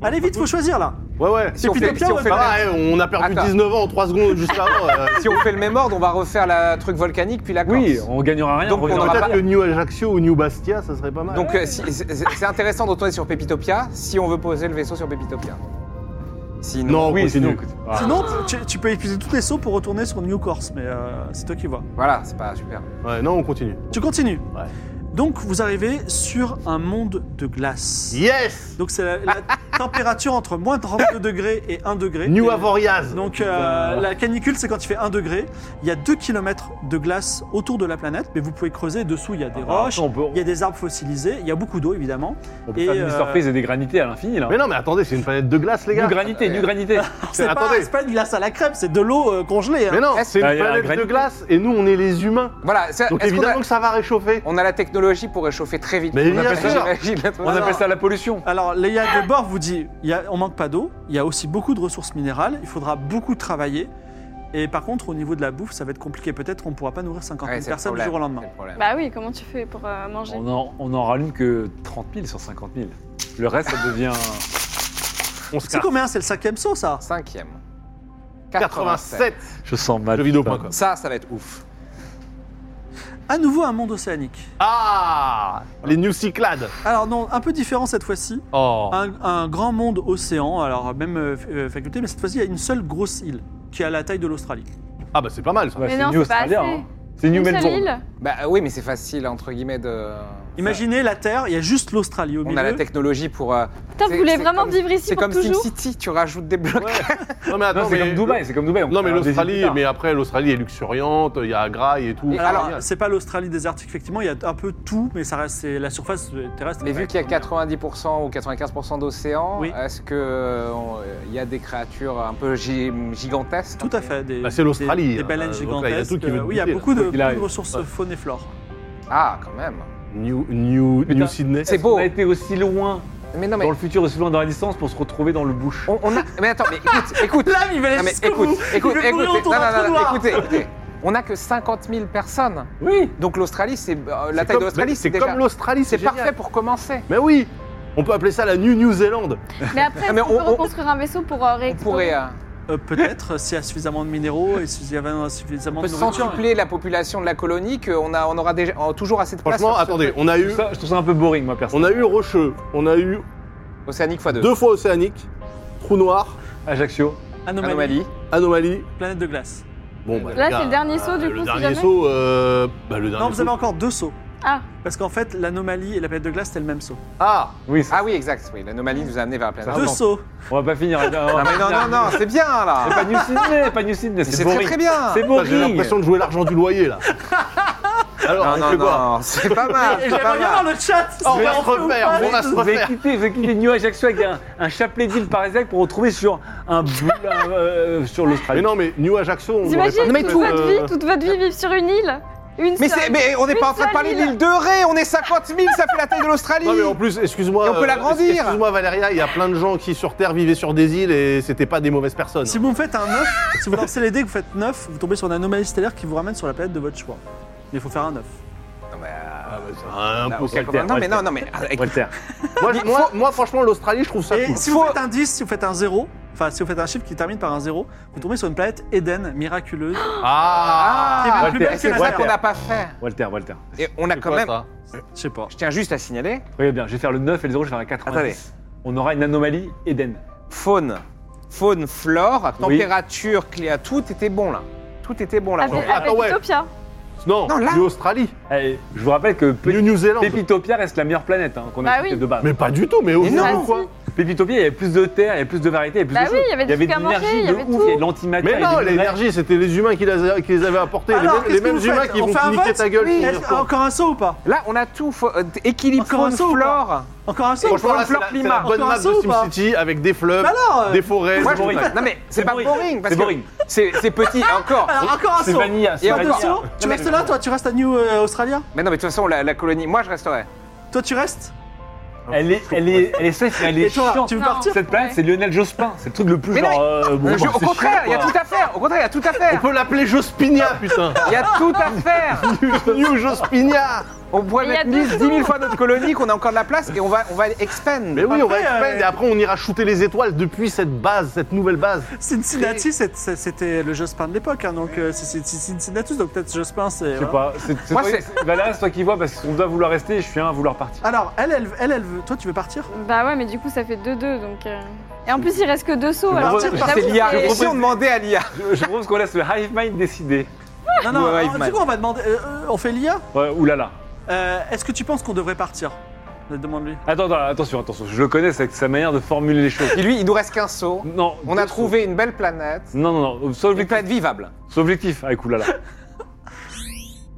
A: Allez, vite, faut choisir là.
C: Ouais ouais.
E: Si on fait,
A: Pépitopia,
E: si on
A: ouais,
E: fait
C: Ça
E: le
C: va,
E: même-
C: eh, on a perdu
E: Attends.
C: 19 ans en 3 secondes juste avant. euh,
E: si on fait le même ordre, on va refaire la truc volcanique puis la Corse.
B: Oui, on gagnera rien.
E: Donc, on
B: reviendra
E: aura
B: pas.
E: pas-
C: Peut-être que New Ajaccio ou New Bastia, ça serait pas mal.
E: Donc euh, si- c'est c'est intéressant de retourner sur Pépitopia si on veut poser le vaisseau sur Pépitopia. Sinon,
C: non, on
B: Oui, sinon.
C: continue.
B: Ah.
A: Sinon, tu, tu peux épuiser tous les sauts pour retourner sur New Corse, mais euh, c'est toi qui vois.
E: voilà, c'est pas super.
C: Ouais, non, on continue.
A: Tu continues.
C: Ouais.
A: Donc, vous arrivez sur un monde de glace.
C: Yes
A: Donc, c'est la, la température entre moins 32 degrés et 1 degré.
C: New
A: Et-
C: Avoriaz
A: Donc, euh, la canicule, c'est quand il fait 1 degré. Il y a 2 km de glace autour de la planète, mais vous pouvez creuser. Dessous, il y a des
B: Ah,
A: roches,
B: on peut,
A: il y a des arbres fossilisés, il y a beaucoup d'eau, évidemment.
B: on peut faire
A: et,
B: des
A: euh,
B: surprises et des granités à l'infini, là.
C: Mais non, mais attendez, c'est une planète de glace, les gars.
B: du granité, du granité.
A: C'est pas,
C: attendez.
A: c'est pas une glace à la crêpe, c'est de l'eau euh, congelée. hein.
C: Mais non,
E: Est-ce-
C: c'est une
B: Ah, y a un
C: planète de
B: granit.
C: glace et nous, on est les humains.
E: Voilà, c'est-
C: Donc
E: est-ce qu'on
C: évidemment
E: a,
C: que ça va réchauffer.
E: on a la technologie pour réchauffer très vite.
C: Mais
E: on
C: bien
E: appelle ça,
C: sûr.
E: j'imagine, la-
B: On appelle ça la pollution.
A: Alors, Léa de Bord vous dit il y a- on manque pas d'eau, il y a aussi beaucoup de ressources minérales, il faudra beaucoup travailler. Et par contre, au niveau de la bouffe, ça va être compliqué. Peut-être qu'on ne pourra pas nourrir 50
E: Ouais,
A: 000
E: c'est le
A: personnes du
E: problème,
A: jour au lendemain.
E: c'est le problème.
D: Bah oui, comment tu fais pour euh, manger
B: On en, on en rallume que 30 000 sur 50 000. Le reste, ça devient.
C: On se
A: C'est
C: casse.
A: combien C'est le cinquième saut, ça
E: Cinquième.
C: 87
B: *laughs* Je sens mal.
C: Jeuxvideo.com.
E: Ça, ça va être ouf.
A: à nouveau un monde océanique.
C: Ah Les New Cyclades
A: Alors non, un peu différent cette fois-ci.
C: Oh
A: Un, un grand monde océan, alors même euh, f- euh, faculté, mais cette fois-ci il y a une seule grosse île qui a la taille de l'Australie.
C: Ah bah c'est pas mal ça.
B: Ouais,
D: Mais
B: c'est
D: non,
B: New
D: c'est pas
B: Australia,
D: assez.
B: hein. C'est New
D: Une seule
B: Melbourne.
D: île
E: Bah euh, oui, mais c'est facile, entre guillemets, de. euh,
A: Imaginez la Terre, il y a juste l'Australie au
E: On
A: milieu.
E: a la technologie pour. euh,
D: Putain,
E: c'est-
D: vous voulez
E: c'est
D: vraiment
E: comme-
D: vivre ici
E: C'est
D: pour
E: comme
D: toujours
E: SimCity, tu rajoutes des blocs.
C: Non mais
B: Non,
C: attends,
B: c'est
C: mais-
B: comme Dubaï, c'est comme Dubaï. on
C: Non mais
B: parlera des îles plus
C: l'Australie,
B: tard.
C: mais après l'Australie est luxuriante, il y a Grail et tout.
E: Et
C: Ah,
A: Alors,
C: génial.
A: c'est pas l'Australie désertique, effectivement, il y a un peu tout, mais ça reste c'est la surface terrestre.
E: Mais vu qu'il y a 90% ou 95% d'océan,
A: Oui.
E: est-ce qu'il y a des créatures un peu gi- gigantesques
A: Tout à fait. des-
C: Bah, c'est l'Australie,
A: Des, des
C: hein,
A: baleines
C: donc là,
A: gigantesques. Euh,
C: il y a tout qui veut te
A: oui, il y a
C: bouffer,
A: beaucoup de,
B: là. Il a-
A: beaucoup de ressources
C: Ouais.
A: faune et flore.
E: Ah, quand même.
C: New, New,
B: Putain.
C: New Sydney.
E: C'est
B: On
E: beau.
B: a été aussi loin
E: Mais non, mais.
B: dans le futur, aussi loin dans la distance pour se retrouver dans le bush.
E: On, on a... Mais attends, mais écoute,
A: *laughs*
E: écoute.
A: Là, il va
E: Non, mais
A: jusqu'au
E: écoute,
A: bout.
E: écoute,
A: il va courir
E: écoute.
A: autour
E: Non,
A: d'un
E: non, non,
A: trou
E: non,
A: noir.
E: écoutez, écoutez. On n'a que 50 000 personnes.
B: Oui
E: Donc l'Australie, c'est euh, la
C: C'est
E: taille
C: comme-
E: de l'Australie,
C: mais
E: c'est
C: C'est
E: déjà.
C: comme l'Australie,
E: C'est
C: c'est
E: parfait
C: génial.
E: pour commencer.
C: Mais oui On peut appeler ça la New New Zealand.
D: Mais après,
E: Ah, mais
D: est-ce qu'on
E: on-
D: peut
E: on-
D: reconstruire un vaisseau pour euh,
E: On
D: réexplorer
E: pourrait euh,
A: Euh, Peut-être, s'il y a suffisamment de minéraux et s'il y avait
E: on
A: suffisamment
E: peut
A: de nourriture.
E: centupler la population de la colonie, qu'on a, on aura déjà, on a toujours assez de place.
C: Franchement,
E: sur ce-
C: attendez, on a
B: Je
C: eu,
B: trouve ça, je trouve ça un peu boring, moi, personne.
C: on a eu Rocheux, on a eu
E: Océanique x2.
C: deux fois Océanique, Trou Noir,
B: Ajaccio.
A: Anomalie,
E: Anomalie.
C: Anomalie.
A: planète de glace.
C: Bon, bah,
D: Là,
C: les gars,
D: c'est le dernier
C: euh,
D: saut, du coup,
C: Le
D: si
C: dernier
D: jamais.
C: saut, euh, bah, le dernier
A: Non, vous
C: saut.
A: avez encore deux sauts.
D: Ah.
A: Parce qu'en fait, l'anomalie et la planète de glace, c'est le même saut.
C: Ah
B: Oui, ça-
E: Ah oui, exact. Oui, l'anomalie nous a amené vers la planète.
B: Ah,
A: deux
B: non.
A: sauts.
B: on va pas finir. on va
E: Non,
B: pas
E: mais non,
B: finir.
E: non, non, c'est bien
B: C'est
E: là.
B: pas New Sydney, pas New Sydney,
E: C'est
B: c'est
E: très
B: boring.
E: très bien.
B: C'est
C: Putain, J'ai
B: boring.
C: l'impression de jouer l'argent du loyer, là. Alors,
E: Non,
C: on
E: non,
C: fait quoi
E: non, c'est pas mal.
A: Et
E: c'est pas
A: j'aimerais bien
E: mal.
A: voir le chat.
C: Oh, On
A: si
C: va
A: on
C: se
A: peut ou
C: refaire,
A: pas.
C: on va se
B: Vous avez
C: refaire.
B: quitté, vous avez quitté New Ajaccio avec un, un chapelet d'île parisien pour retrouver sur un boule euh, sur
C: Mais
B: l'Australie.
C: non, mais New Ajaccio, on
D: Vous
C: aurait
D: imaginez
C: pas
D: toute
C: pu mettre,
D: votre
C: euh,
D: vie, toute votre vie vivre sur une île Une
E: Mais,
D: seule
E: c'est- mais on n'est
D: Une
E: pas en train de
D: seule
E: parler de
D: île.
E: l'île de Ré, on est 50 000, ça fait la taille de l'Australie.
C: Non mais en plus, excuse-moi.
E: Et on peut
C: euh,
E: l'agrandir.
C: Excuse-moi Valéria, il y a plein de gens qui sur Terre vivaient sur des îles et c'était pas des mauvaises personnes.
A: Si vous me faites un 9, si vous lancez les dés, que vous faites 9, vous tombez sur une anomalie stellaire qui vous ramène sur la planète de votre choix. Mais il faut faire un 9.
E: Non, mais, euh,
C: Ah, bah, c'est un
E: non,
C: impossible.
E: non, mais non, non, mais ah, écoute,
B: Walter.
C: moi, je- moi- moi, franchement, l'Australie, je trouve ça
A: Et
C: cool.
A: si vous faites un 10, si vous faites un 0, enfin si vous faites un chiffre qui termine par un 0, vous tombez sur une planète Éden, miraculeuse. C'est même
C: Ah,
E: Ah,
A: plus
B: Walter,
A: belle que
E: c'est
A: la
E: ça
B: vrai
A: Terre.
E: qu'on n'a pas fait.
B: Walter, Walter.
E: Et on a
C: C'est
E: quand
C: quoi,
E: même.
C: ça
A: Je sais pas.
E: Je tiens juste à signaler
B: Regarde bien, je vais faire le 9 et le 0, je vais faire un 90.
E: Attendez.
B: On aura une anomalie Eden.
E: faune, faune, flore,
B: Oui.
E: température, clé, tout était bon là. Tout était bon là.
D: Avec,
C: Attends,
D: avec
C: ouais.
D: Utopia.
C: Non,
E: Non, là-
C: New Australie,
B: Allez, Eh, je vous rappelle que
C: New
B: Pe-
C: New Zealand.
B: Pépitopia reste la meilleure planète hein, qu'on a
D: Bah
B: citée
D: oui.
B: de base.
C: Mais pas du tout, mais au
E: Mais
C: fond,
D: non.
C: quoi
B: Pépitopia, il y avait plus de terre, il y avait plus de variété, il y avait plus
D: Bah
B: de
D: oui,
B: choses.
D: il y avait des trucs à
B: de l'énergie
D: manger, il y
B: de
D: avait
B: ouf,
D: tout.
B: de l'antimatière.
C: Mais
B: il y avait
C: non,
B: des minerais.
C: l'énergie, c'était les humains qui les, a- qui les avaient apportés, les
A: Alors,
C: mêmes- les,
A: qu'est-ce que
C: mêmes
A: vous
C: humains
A: faites
C: qui
A: On
C: vont
A: fait
C: te
A: un
C: niquer
A: vote
C: ta gueule.
A: Est-ce-
C: Franchement,
A: Encore un saut ou pas
E: Là, on a tout. faut- euh, équilibre
A: Encore un
E: faune,
A: saut ou pas
E: flore.
A: Encore un saut
C: là, c'est
E: fleur
C: la- c'est
E: climat.
C: la bonne
A: Encore un
C: map de
A: saut ou pas
C: SimCity avec des fleuves,
A: Bah alors, euh,
C: des forêts, des
E: Moi, je trouve
B: boring.
C: montagnes.
E: Non mais c'est
B: C'est
E: pas
B: boring.
E: boring parce
B: C'est boring.
E: que c'est c'est petit et encore.
A: Alors encore un
B: C'est
A: saut
B: vanilla, c'est
A: Pas de
B: vanilla.
A: saut Tu
E: Non, mais-
A: restes là, toi Tu restes à New euh, Australia
E: Mais non mais de toute façon la, la colonie, moi je resterai.
A: Toi, tu restes
B: Elle est, elle est, elle est safe, mais elle est
A: Et toi,
B: chiante.
A: tu veux partir
B: Cette planète, c'est Lionel Jospin. C'est le truc le plus
E: Mais non,
B: genre. euh, bon,
E: Je-
B: bah,
E: au
B: c'est
E: contraire,
B: chiant,
E: il y a
B: quoi.
E: tout à faire. Au contraire, il y a tout à
C: On
E: faire.
C: peut l'appeler Jospinia, putain
E: Il y a tout à faire.
C: New Jospinia
E: On pourrait
D: Mais il y a
E: mettre 10
D: deux
E: 10
D: *laughs*
E: 000 fois notre colonie, qu'on a encore de la place et on va, on va expand.
C: Mais oui, on va
A: Après,
C: expand
A: euh,
C: et après on ira shooter les étoiles depuis cette base, cette nouvelle base.
A: Cincinnati, c'est- c'est- c'était le Jospin de l'époque, hein, donc euh, c'est c'est- c'est Cincinnatus, donc peut-être Jospin, c'est.
B: Je sais
A: voilà.
B: pas. C'est c'est
E: Moi,
B: toi,
E: c'est-
B: Valérie, c'est toi qui vois parce qu'on doit vouloir rester et je suis un à vouloir partir.
A: Alors, elle, elle, elle, elle veut- toi, tu veux partir
D: Bah ouais, mais du coup, ça fait 2-2, donc... euh, Et en plus, il reste que deux sauts,
B: Mais
D: alors...
B: moi,
D: j'avoue,
E: C'est l'IA.
D: c'est-
E: Et si on demandait à l'IA
B: Je, je propose qu'on laisse le hive mind décider.
A: Non, non,
E: Ouais, ouais,
A: alors,
E: Iveman.
A: du coup, on va demander. euh, euh, on fait l'IA
B: Ouais, oulala.
A: Euh, Est-ce que tu penses qu'on devrait partir Demande-lui.
B: Attends, attends, attention, attention. Je le connais, c'est sa manière de formuler les choses.
E: Et lui, il nous reste qu'un saut.
B: Non.
E: On a
B: deux-
E: trouvé une belle planète.
B: Non, non, non. Sauf
E: Une
B: objectif.
E: planète vivable.
B: Sauf objectif Ah, avec
E: *laughs*
B: oulala.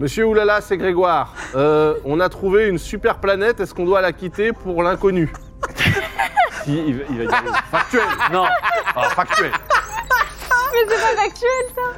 C: Monsieur Oulala, c'est Grégoire. Euh, on a trouvé une super planète, est-ce qu'on doit la quitter pour l'inconnu
B: Si, il, va- il va
E: *laughs*
B: dire.
C: Factuel
B: Non.
C: Ah, Factuel
D: Mais c'est pas factuel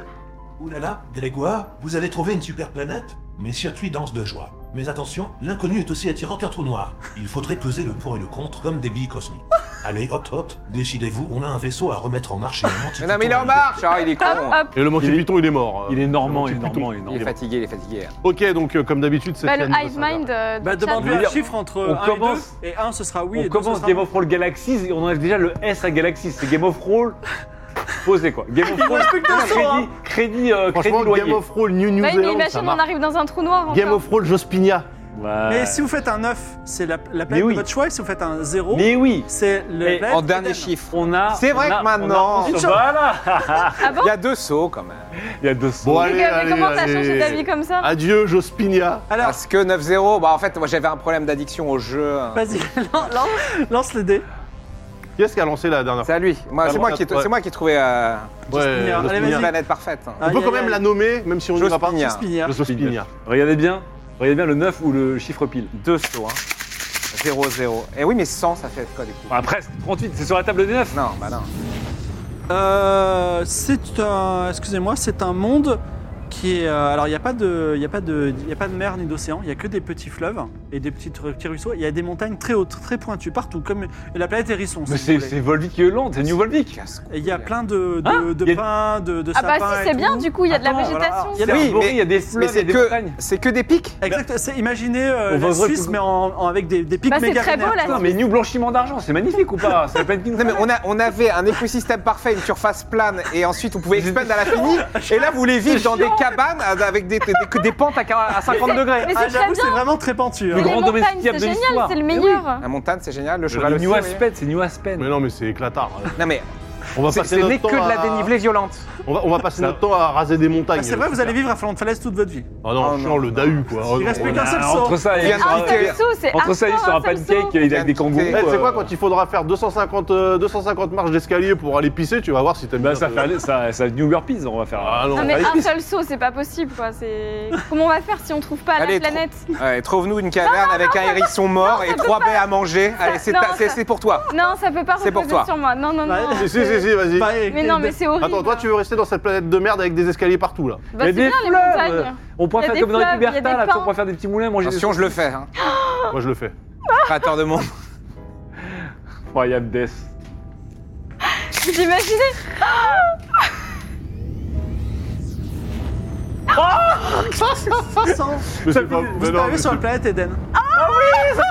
F: Ouh là là, Grégoire, vous allez trouver une super planète Mes circuits dansent de joie. Mais attention, l'inconnu est aussi attirant qu'un trou noir. Il faudrait peser le pour et le contre comme des billes cosmiques. Allez, hop hop, décidez-vous, on a un vaisseau à remettre en marche et un anti-
E: Mais non, mais il est en marche. Ah, il est con.
D: Hop, hop
C: Et le Monty
B: Il est-
C: Python, il est mort.
B: Il est normand, il est
C: Le Monty
B: normand, il est
E: Il est
B: normand.
E: fatigué, il est fatigué.
C: Python. Ok, donc euh, comme d'habitude, c'est
D: Bah, le
C: Yann de
D: Hive
C: Saint-Germain.
D: Mind euh,
A: Bah,
D: de Chad.
A: demande-lui un
B: dire,
A: chiffre entre
B: on
A: 1
B: commence-
A: et 2, et 1 ce sera oui, et
B: on
A: deux, ce
B: commence
A: sera
B: Game
A: non. *laughs*
B: of Roll Galaxies et on enlève déjà le S à Galaxies. C'est Game of Roll posez quoi. Game of Thrones,
A: hein.
B: crédit, crédit, euh, crédit
C: Franchement,
B: loyer.
C: Game of Roll, New New
D: Ouais,
C: Zealand, ça
D: mais Bah, imagine, on
C: marche.
D: arrive dans un trou noir.
C: Game
D: encore.
C: of Roll, Jospina.
B: Ouais.
A: Mais si vous faites un 9, c'est la, la
B: Mais
A: planète
B: oui.
A: de votre choix. Et si vous faites un 0,
B: Mais oui,
A: c'est le
B: Mais
A: planète
E: En dernier
A: Eden.
E: chiffre.
B: on a.
E: C'est vrai
B: on a-
E: que maintenant-
B: on a-
A: Une chose.
B: Voilà *laughs*
D: Ah bon
E: Il y a deux sauts quand même.
B: Il y a 200.
C: Bon,
D: Mais
C: allez,
D: gars, mais
C: allez,
D: comment t'as
C: allez. Ah,
D: changé d'avis comme ça
C: Adieu, Jospinia.
A: Alors,
E: Parce que 9-0, bah en fait, moi j'avais un problème d'addiction au jeu. hein.
A: vas-y, *laughs* lan- lan- lance les dés.
C: Qui est-ce qui a lancé la dernière
E: C'est à lui. Moi,
C: Ah
E: c'est
C: bon,
E: moi, qui ai-
C: ouais.
E: c'est moi qui ai trouvé euh,
C: Ouais,
A: Jospinia. Allez,
E: une
A: vas-y.
C: Jospinia.
E: planète parfaite. hein.
C: On
A: Aïe,
C: peut quand
A: aïe,
C: même hein.
A: aïe.
C: la nommer, même si on n'y va pas.
E: Jospinia.
A: Jospinia.
C: Jospinia.
B: Regardez bien, regardez bien le 9 ou le chiffre pile.
E: Deux sauts. 0-0. Et Eh oui, mais 100, ça fait quoi du coup
B: Ah, presque, 38, c'est sur la table des 9.
E: Non, bah non.
A: Euh, c'est un, excusez-moi, c'est un monde qui est, euh, alors il n'y a pas de, il y a pas de, il y a pas de mer ni d'océan. Il y a que des petits fleuves et des petits, petits ruisseaux. Il y a des montagnes très hautes, très pointues partout, comme la planète Hérisson. si
B: Mais
A: vous
B: c'est
A: voulez.
B: c'est Volvic et Hollande, c'est New Volvic.
A: Et il y a plein de, de,
B: Hein
A: de
B: Il y a-
A: pins, de, de
D: Ah bah
A: sapins
D: si,
A: et
D: c'est
A: tout.
D: bien, du coup, il y a de la
A: Attends,
D: végétation.
A: voilà. Il y a
B: C'est
A: de-
E: Oui,
B: arboré,
E: mais-
B: Ah, il y a des
E: Mais
B: fleuves, il y a
E: c'est
B: des
E: que,
B: montagnes.
E: c'est que des pics
A: Exact, c'est imaginez euh,
B: Bah, On
A: la
B: vendrait
A: Suisse,
B: plus-
A: mais en, en- avec des, des pics
D: Bah, c'est
A: méga
D: très beau,
A: vénères.
D: la
B: Putain, mais New Blanchiment d'argent, c'est magnifique ou pas C'est la planète qui nous
E: Non, mais
B: fait.
E: on, a, on avait un écosystème parfait, une surface plane, et ensuite on pouvait expandre à l'infini. Et là, vous voulez vivre dans des cabanes euh, avec des, des, des- des pentes à quar- à 50 degrés.
D: Mais
A: Ah,
D: c'est très
A: j'avoue,
D: bien.
A: c'est vraiment très pentu. hein.
B: Le
D: Les
B: grand
D: montagnes,
B: domestique
D: c'est
B: de
D: génial,
B: l'histoire.
D: c'est le
B: Mais oui.
D: meilleur.
E: La montagne, c'est génial, le cheval
B: Le
E: aussi.
B: New
E: oui.
B: Aspen, c'est New Aspen.
C: Mais non, mais c'est éclatard.
E: Non, mais
C: On va
E: c'est-
C: passer
E: ce n'est
C: notre
E: que
C: temps
E: de la
C: à-
E: dénivelée violente.
C: On va, on va passer
B: Ça-
C: notre temps à raser des montagnes.
A: Ah, c'est vrai, vous allez vivre à flanc de falaise toute votre vie.
C: Ah non,
E: Oh
C: chiant,
E: non,
C: le Dahu, quoi. Oh
A: Il
C: non,
A: reste
C: on
A: plus
C: a-
A: qu'un seul saut.
B: Ah, Entre ça, il y a
E: Viens
D: Un
E: de-
B: un-
D: seul saut, c'est
B: entre ça, il
D: hardcore,
B: sort un
D: seul saut.
B: pancake avec des kangourous.
C: Eh, tu sais
B: euh,
C: quoi, quand il faudra faire 250, euh, 250 marches d'escalier pour aller pisser, tu vas voir si t'aimes
B: Bah,
C: bien
B: ça
C: te-
B: fait aller- ça, ça New Burpees, on va faire.
C: Ah non,
D: Non mais
C: allez,
D: un
C: pisse.
D: seul saut, c'est pas possible quoi. C'est comment on va faire si on trouve pas la
E: Allez,
D: planète
E: Ouais, Trouve-nous une caverne avec un hérisson mort et trois baies à manger. Allez, c'est
D: non,
E: ta- c'est-
D: ça-
E: c'est pour toi.
D: Non, ça peut pas
E: C'est pour
D: reposer
E: toi.
D: sur moi. Non non non.
A: Bah,
C: Si, si, si, si, vas-y.
A: Bah, et-
D: Mais non, mais c'est horrible.
C: Attends, toi, tu veux rester dans cette planète de merde avec des escaliers partout, là.
D: Bah,
B: Il y a
D: c'est
B: des
D: bien les
B: fleuves.
D: montagnes.
B: On pourrait
D: Il y a
B: faire
D: des
B: comme dans les
D: fleuves, il y a des
B: Libertas, là, tu sais, on
D: pins.
B: pourrait faire des petits moulins, manger des
E: Attention, je le fais. Hein.
C: Moi, je le fais.
D: Ah.
E: Créateur de monde.
B: incroyables death.
D: Vous imaginez
A: sans-
C: Mais c'est
B: Ça fait-
C: pas...
B: vous
C: mais
A: Vous
C: non, mais
A: arrivez
C: c'est
A: sur la planète Eden.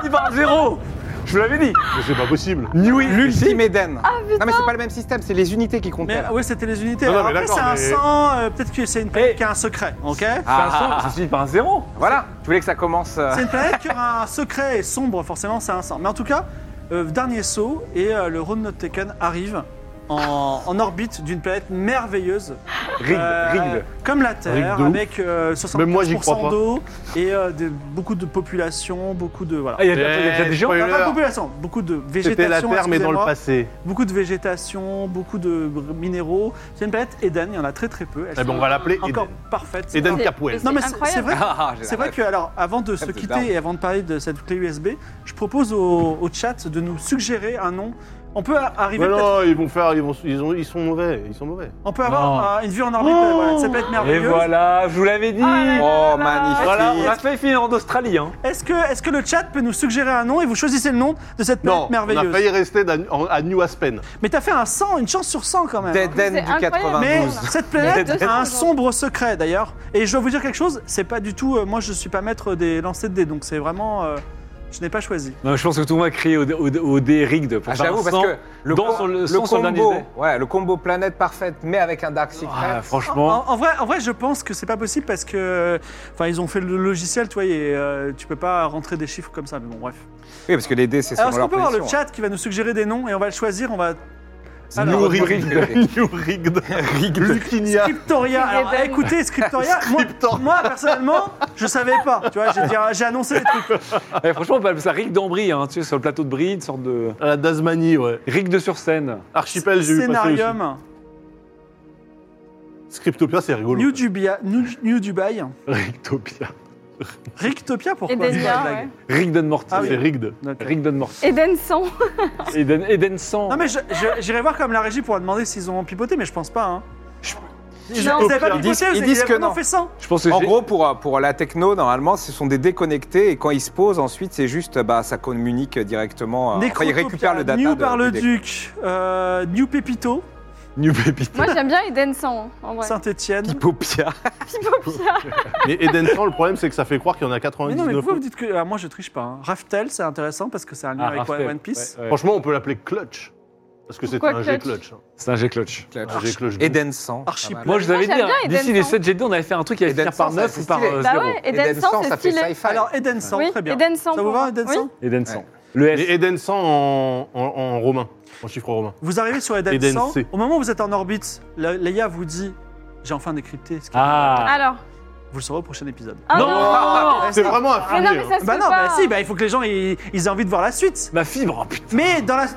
B: Il part à zéro Je vous l'avais dit
C: mais c'est pas possible.
E: L'ultime Eden.
D: Ah, putain.
E: non, mais c'est pas le même système, c'est les unités qui comptent.
A: Mais
E: là.
A: oui, c'était les unités.
C: Non, non,
A: Alors
C: mais
A: Après, c'est un
C: d'accord, mais-
A: 100, euh, peut-être que c'est une planète qui a un secret, ok
E: Ah,
B: C'est un
E: ah,
B: cent, ça se finit par un zéro
E: Voilà, je voulais que ça commence. euh,
A: C'est une planète qui aura un secret et sombre, forcément, c'est un 100. Mais en tout cas, euh, dernier saut, et euh, le Road Not Taken arrive en, en orbite d'une planète merveilleuse.
B: Rigged,
A: euh,
B: rigged.
A: Comme la
C: Rigged
A: Terre,
C: de ouf.
A: avec euh, 75%
C: Même moi, j'y crois pas.
A: d'eau et euh, de- beaucoup de population, beaucoup de. Voilà.
B: Ah, il y a il y a déjà des gens
A: Enfin, pas de
C: spoiler.
A: population, beaucoup de végétation.
C: C'était la Terre, mais dans le
A: excusez-moi.
C: passé.
A: Beaucoup de végétation, beaucoup de br- minéraux. C'est une planète Eden, il y en a très très peu. Elles
C: Eh ben,
A: sont
C: on va l'appeler
A: encore
C: Eden.
A: parfaites. C'est
C: Eden
A: vrai.
C: Capwell.
D: C'est
A: Non mais c'est-
D: incroyable.
A: c'est vrai.
E: Ah, *laughs* ah, j'ai
A: C'est
E: la
A: vrai que alors avant de se
E: Ah, c'est
A: quitter
E: dingue.
A: et avant de parler de cette clé USB, je propose au, au chat de nous suggérer un nom. On peut a- arriver,
C: Mais
A: peut-être-
C: non, ils vont faire... Ils, vont, ils, ont, ils sont mauvais, ils sont mauvais.
A: on peut avoir euh, une vue en orbite.
C: Oh.
A: euh, voilà, ça peut être
B: Et
A: merveilleux.
B: voilà, je vous l'avais dit
E: Oh, magnifique.
B: Voilà,
D: Ah,
B: on a failli finir en Australie, hein
A: Est-ce que est-ce que le chat peut nous suggérer un nom et vous choisissez le nom de cette planète
C: Non, on a
A: merveilleuse
C: failli rester d'à- en- à New Aspen.
A: Mais t'as fait un 100, une chance sur 100 quand même. hein.
E: D'Eden
D: C'est
E: du
D: incroyable.
E: 92.
A: Mais *laughs*
D: Voilà.
A: cette planète
D: Il y a
A: a un
D: deux-
A: sombre secret d'ailleurs. Et je dois vous dire quelque chose, c'est pas du tout. euh, moi, je suis pas maître des lancers de dés, donc c'est vraiment. euh, je n'ai pas choisi.
B: Non, je pense que tout le monde a crié au, au, au dé rigged pour
E: Ah,
B: faire
E: J'avoue,
B: un
E: parce
B: cent.
E: que le,
B: dans
E: com-
B: son- le
E: le
B: cent sur le dernier
E: combo,
B: dé.
E: ouais, le combo planète parfaite, mais avec un Dark Secret.
B: Ah,
A: En,
B: franchement,
A: en- en vrai, en vrai, je pense que c'est pas possible parce que. euh, Enfin, ils ont fait le logiciel, tu vois, et euh, tu peux pas rentrer des chiffres comme ça, mais bon, bref.
E: Oui, parce que les dés, c'est
A: Alors,
E: selon
A: est-ce qu'on
E: leur
A: peut avoir le
E: position,
A: chat qui va nous suggérer des noms et on va le choisir On va.
E: hein.
A: Alors,
C: New
E: Rigged.
C: Rigged. *laughs* New *laughs* Rigged. Lucinia.
A: Scriptoria. Alors,
D: Eden.
A: écoutez, Scriptoria, moi,
C: Scriptor-
A: moi, personnellement, je savais pas. Tu vois, j'ai dit- j'ai annoncé les trucs.
B: eh, franchement, on peut appeler ça rigged en Brie, hein, tu sais, sur le plateau de Brie, une sorte de...
C: À la Dasmanie, ouais.
B: Rigged sur scène.
C: Archipel, j'ai vu passer aussi.
A: Scénarium,
C: Scriptopia, c'est rigolo.
A: New, Dubia- New, New Dubai.
C: Rigtopia.
A: Rictopia, pourquoi C'est pas
D: Edenia,
A: une blague.
D: ouais.
B: Rigged and Morty.
A: Ah oui.
C: C'est Rigged.
A: D'accord.
B: Rigged and Morty.
A: *laughs*
D: Eden 100.
B: Eden, Eden 100.
A: Non mais je- je- j'irai voir comme la régie pour leur demander s'ils ont pipoté, mais je pense pas. Hein. Ils
D: Non.
A: n'avaient pas
E: Ils
A: pipoté,
E: disent- ils
A: ils
E: disent
A: avaient
E: que
A: vraiment
E: non.
A: fait ça.
B: Je pense que
E: En
B: j'ai-
E: gros, pour, euh, pour la techno, normalement, ce sont des déconnectés et quand ils se posent, ensuite, c'est juste, bah, ça communique directement. euh, Enfin, ils
A: Nécrotopia,
E: récupèrent le data.
A: New
E: de-
A: par le
E: du dé-
A: Duc, euh, New Pépito,
C: New Pépite.
D: Moi j'aime bien Eden 100 hein, en vrai.
A: Saint-Etienne.
E: Popia.
D: Pipopia.
C: Mais Eden 100, le problème, c'est que ça fait croire qu'il y en a
A: Mais
C: 99.
A: non mais pourquoi vous dites que... ah, moi je triche pas. hein. Raftel c'est intéressant parce que c'est un lien
B: Ah,
A: avec
B: Raphaël.
A: One Piece.
B: Ouais, ouais.
C: Franchement, on peut l'appeler Clutch. Parce que c'est
D: Pourquoi
C: un jet
D: clutch
C: clutch. hein.
B: C'est un G-clutch.
E: Clutch.
C: Un jet clutch.
E: Eden 100.
A: Archip.
E: pas mal.
B: Moi, je vous avais
D: Moi,
B: dit,
D: j'aime
B: hein,
D: bien Eden
B: d'ici les
D: 100.
B: 7 G2, on allait faire un truc qui allait
E: Eden
B: finir par
E: 100,
B: 9
E: c'est
B: ou par
E: stylé.
B: 0.
E: Euh,
D: Bah ouais, Eden 100,
E: ça
D: c'est
E: fait
D: stylé.
E: sci-fi.
A: Alors, Eden 100,
D: Oui,
A: très bien.
D: Eden 100.
A: Ça vous
D: pour
A: va,
D: moi.
A: Eden
D: Oui.
A: 100
B: Eden 100. Le
C: Mais
B: S.
C: Eden 100 en, en- en romain, en chiffre romain.
A: Vous arrivez sur Eden,
C: Eden
A: 100.
C: C.
A: Au moment où vous êtes en orbite, la- Leia vous dit J'ai enfin décrypté ce qui.
B: Ah
D: Alors.
A: Vous le saurez au prochain épisode.
D: Ah
B: Non,
C: C'est vraiment un
D: Mais non, mais
C: fermier, hein.
D: ça se
A: Bah
D: fait
A: non,
D: pas.
A: bah si, bah il faut que les gens ils, ils aient envie de voir la suite.
B: Ma fibre, oh, putain.
A: Mais dans, la,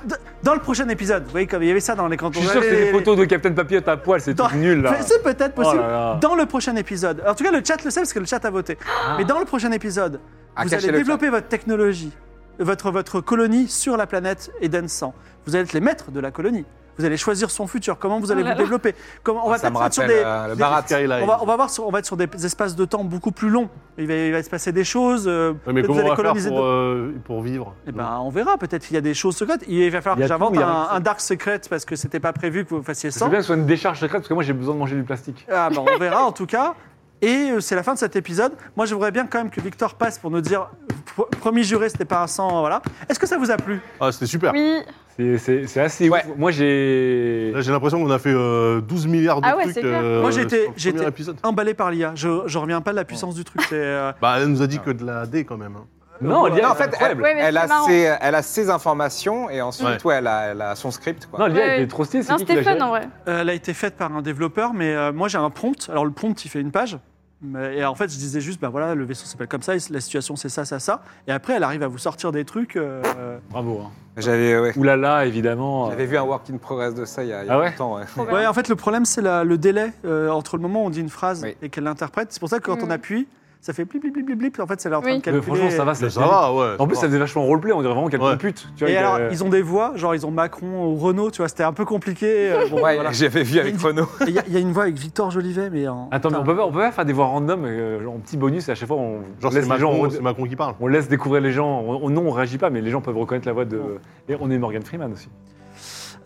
A: dans le prochain épisode, vous voyez comme il y avait ça dans les cantons.
B: Je suis sûr que c'est des photos de Captain Papillote à poil, c'est
A: Dans-
B: tout nul là.
A: *laughs* C'est peut-être possible.
B: Oh là là.
A: Dans le prochain épisode, en tout cas le chat le sait parce que le chat a voté. Mais dans le prochain épisode,
E: Ah,
A: vous
E: cachez
A: allez
E: le
A: développer votre technologie, votre, votre colonie sur la planète Eden 100. Vous allez être les maîtres de la colonie. Vous allez choisir son futur, comment vous allez
D: Oh là
A: vous
D: là.
A: développer. Comment, on va
E: Ça me
A: peut-être être sur
E: rappelle
A: des,
E: euh, le
A: des-
E: Barat.
A: on va, on va voir, sur- on va être sur des espaces de temps beaucoup plus longs. Il va, il va se passer des choses. euh,
C: Ouais, mais
A: peut-être vous
C: comment on va
A: allez
C: faire
A: coloniser
C: pour, euh, pour vivre
A: Eh ben, on verra. Peut-être qu'il y a des choses secrètes. Il va falloir
B: Il y
A: que
B: a
A: j'invente
B: tout, il y a
A: un,
B: rien.
A: un dark secret parce que c'était pas prévu que vous fassiez
B: Je veux
A: 100.
B: bien que ce soit une décharge secrète parce que moi j'ai besoin de manger du plastique.
A: Ah ben, on verra en tout cas. Et euh, c'est la fin de cet épisode. Moi, je voudrais bien quand même que Victor passe pour nous dire pr- promis juré, c'était pas un 100. Voilà. Est-ce que ça vous a plu
C: Ah, c'était super.
D: Oui.
B: C'est- C'est c'est assez
E: Ouais.
B: ouf. Moi j'ai.
C: Là, j'ai l'impression qu'on a fait euh, 12 milliards de
D: Ah ouais, c'est
C: trucs. euh,
D: clair.
A: Moi, j'étais-
C: sur le
A: j'étais-
C: premier épisode.
A: Emballé par l'IA. Je, je reviens pas de la puissance du truc. C'est euh,
C: Bah, elle nous a dit que de la D quand même. hein.
B: Non, l'IA,
E: Non, en
B: c'est
E: fait, elle,
B: incroyable.
D: Ouais, mais
E: elle
D: c'est
E: a
D: marrant.
E: ses, elle a ses informations et ensuite, ouais, elle, a, elle a son script. Quoi.
B: Non, l'IA
D: Ouais,
B: elle
D: ouais.
B: est trop stylée, c'est
D: Non,
B: qui qui l'a
D: c'était fun
B: gérée
D: en vrai.
A: Euh, elle a été faite par un développeur, mais euh, moi j'ai un prompt. Alors le prompt, il fait une page. Mais- et en fait, je disais juste, bah voilà, le vaisseau s'appelle comme ça, la situation c'est ça, ça, ça. Et après, elle arrive à vous sortir des trucs. euh, euh,
B: Bravo. hein.
E: J'avais ouais.
B: Oulala, évidemment.
E: J'avais vu un work in progress de ça il y a, il y a
B: Ah ouais
E: longtemps. ouais.
D: Trop bien.
A: Ouais, en fait, le problème, c'est la- le délai euh, entre le moment où on dit une phrase
E: Oui.
A: et qu'elle l'interprète. C'est pour ça que quand
D: Mm.
A: on appuie, ça fait blip, blip, blip, blip, blip. En fait, c'est là en train
D: Oui.
A: de
B: Mais
A: calculer.
B: franchement, ça va,
C: Ça,
B: ça,
C: va, ouais.
B: En plus,
C: ça
B: ça
C: va.
B: faisait vachement roleplay, on dirait vraiment quelqu'un
C: euh, Ouais.
B: de pute. Tu vois,
A: Et
B: que-
E: euh,
A: alors, ils ont des voix, genre ils ont Macron ou Renault, tu vois, c'était un peu compliqué. euh, bon,
E: Ouais,
A: voilà.
E: *laughs* J'avais vu avec Chrono.
A: Et Il y, a- il y a une voix avec Victor Jolivet, mais en.
B: Attends, mais on peut, pas, on peut pas faire des voix random, euh, genre en petit bonus, et à chaque fois, on
C: Genre,
B: laisse
C: c'est
B: les
C: Macron,
B: gens.
C: c'est Macron qui parle.
B: On laisse découvrir les gens. On, on- non, on réagit pas, mais les gens peuvent reconnaître la voix de. Et on est Morgan Freeman aussi.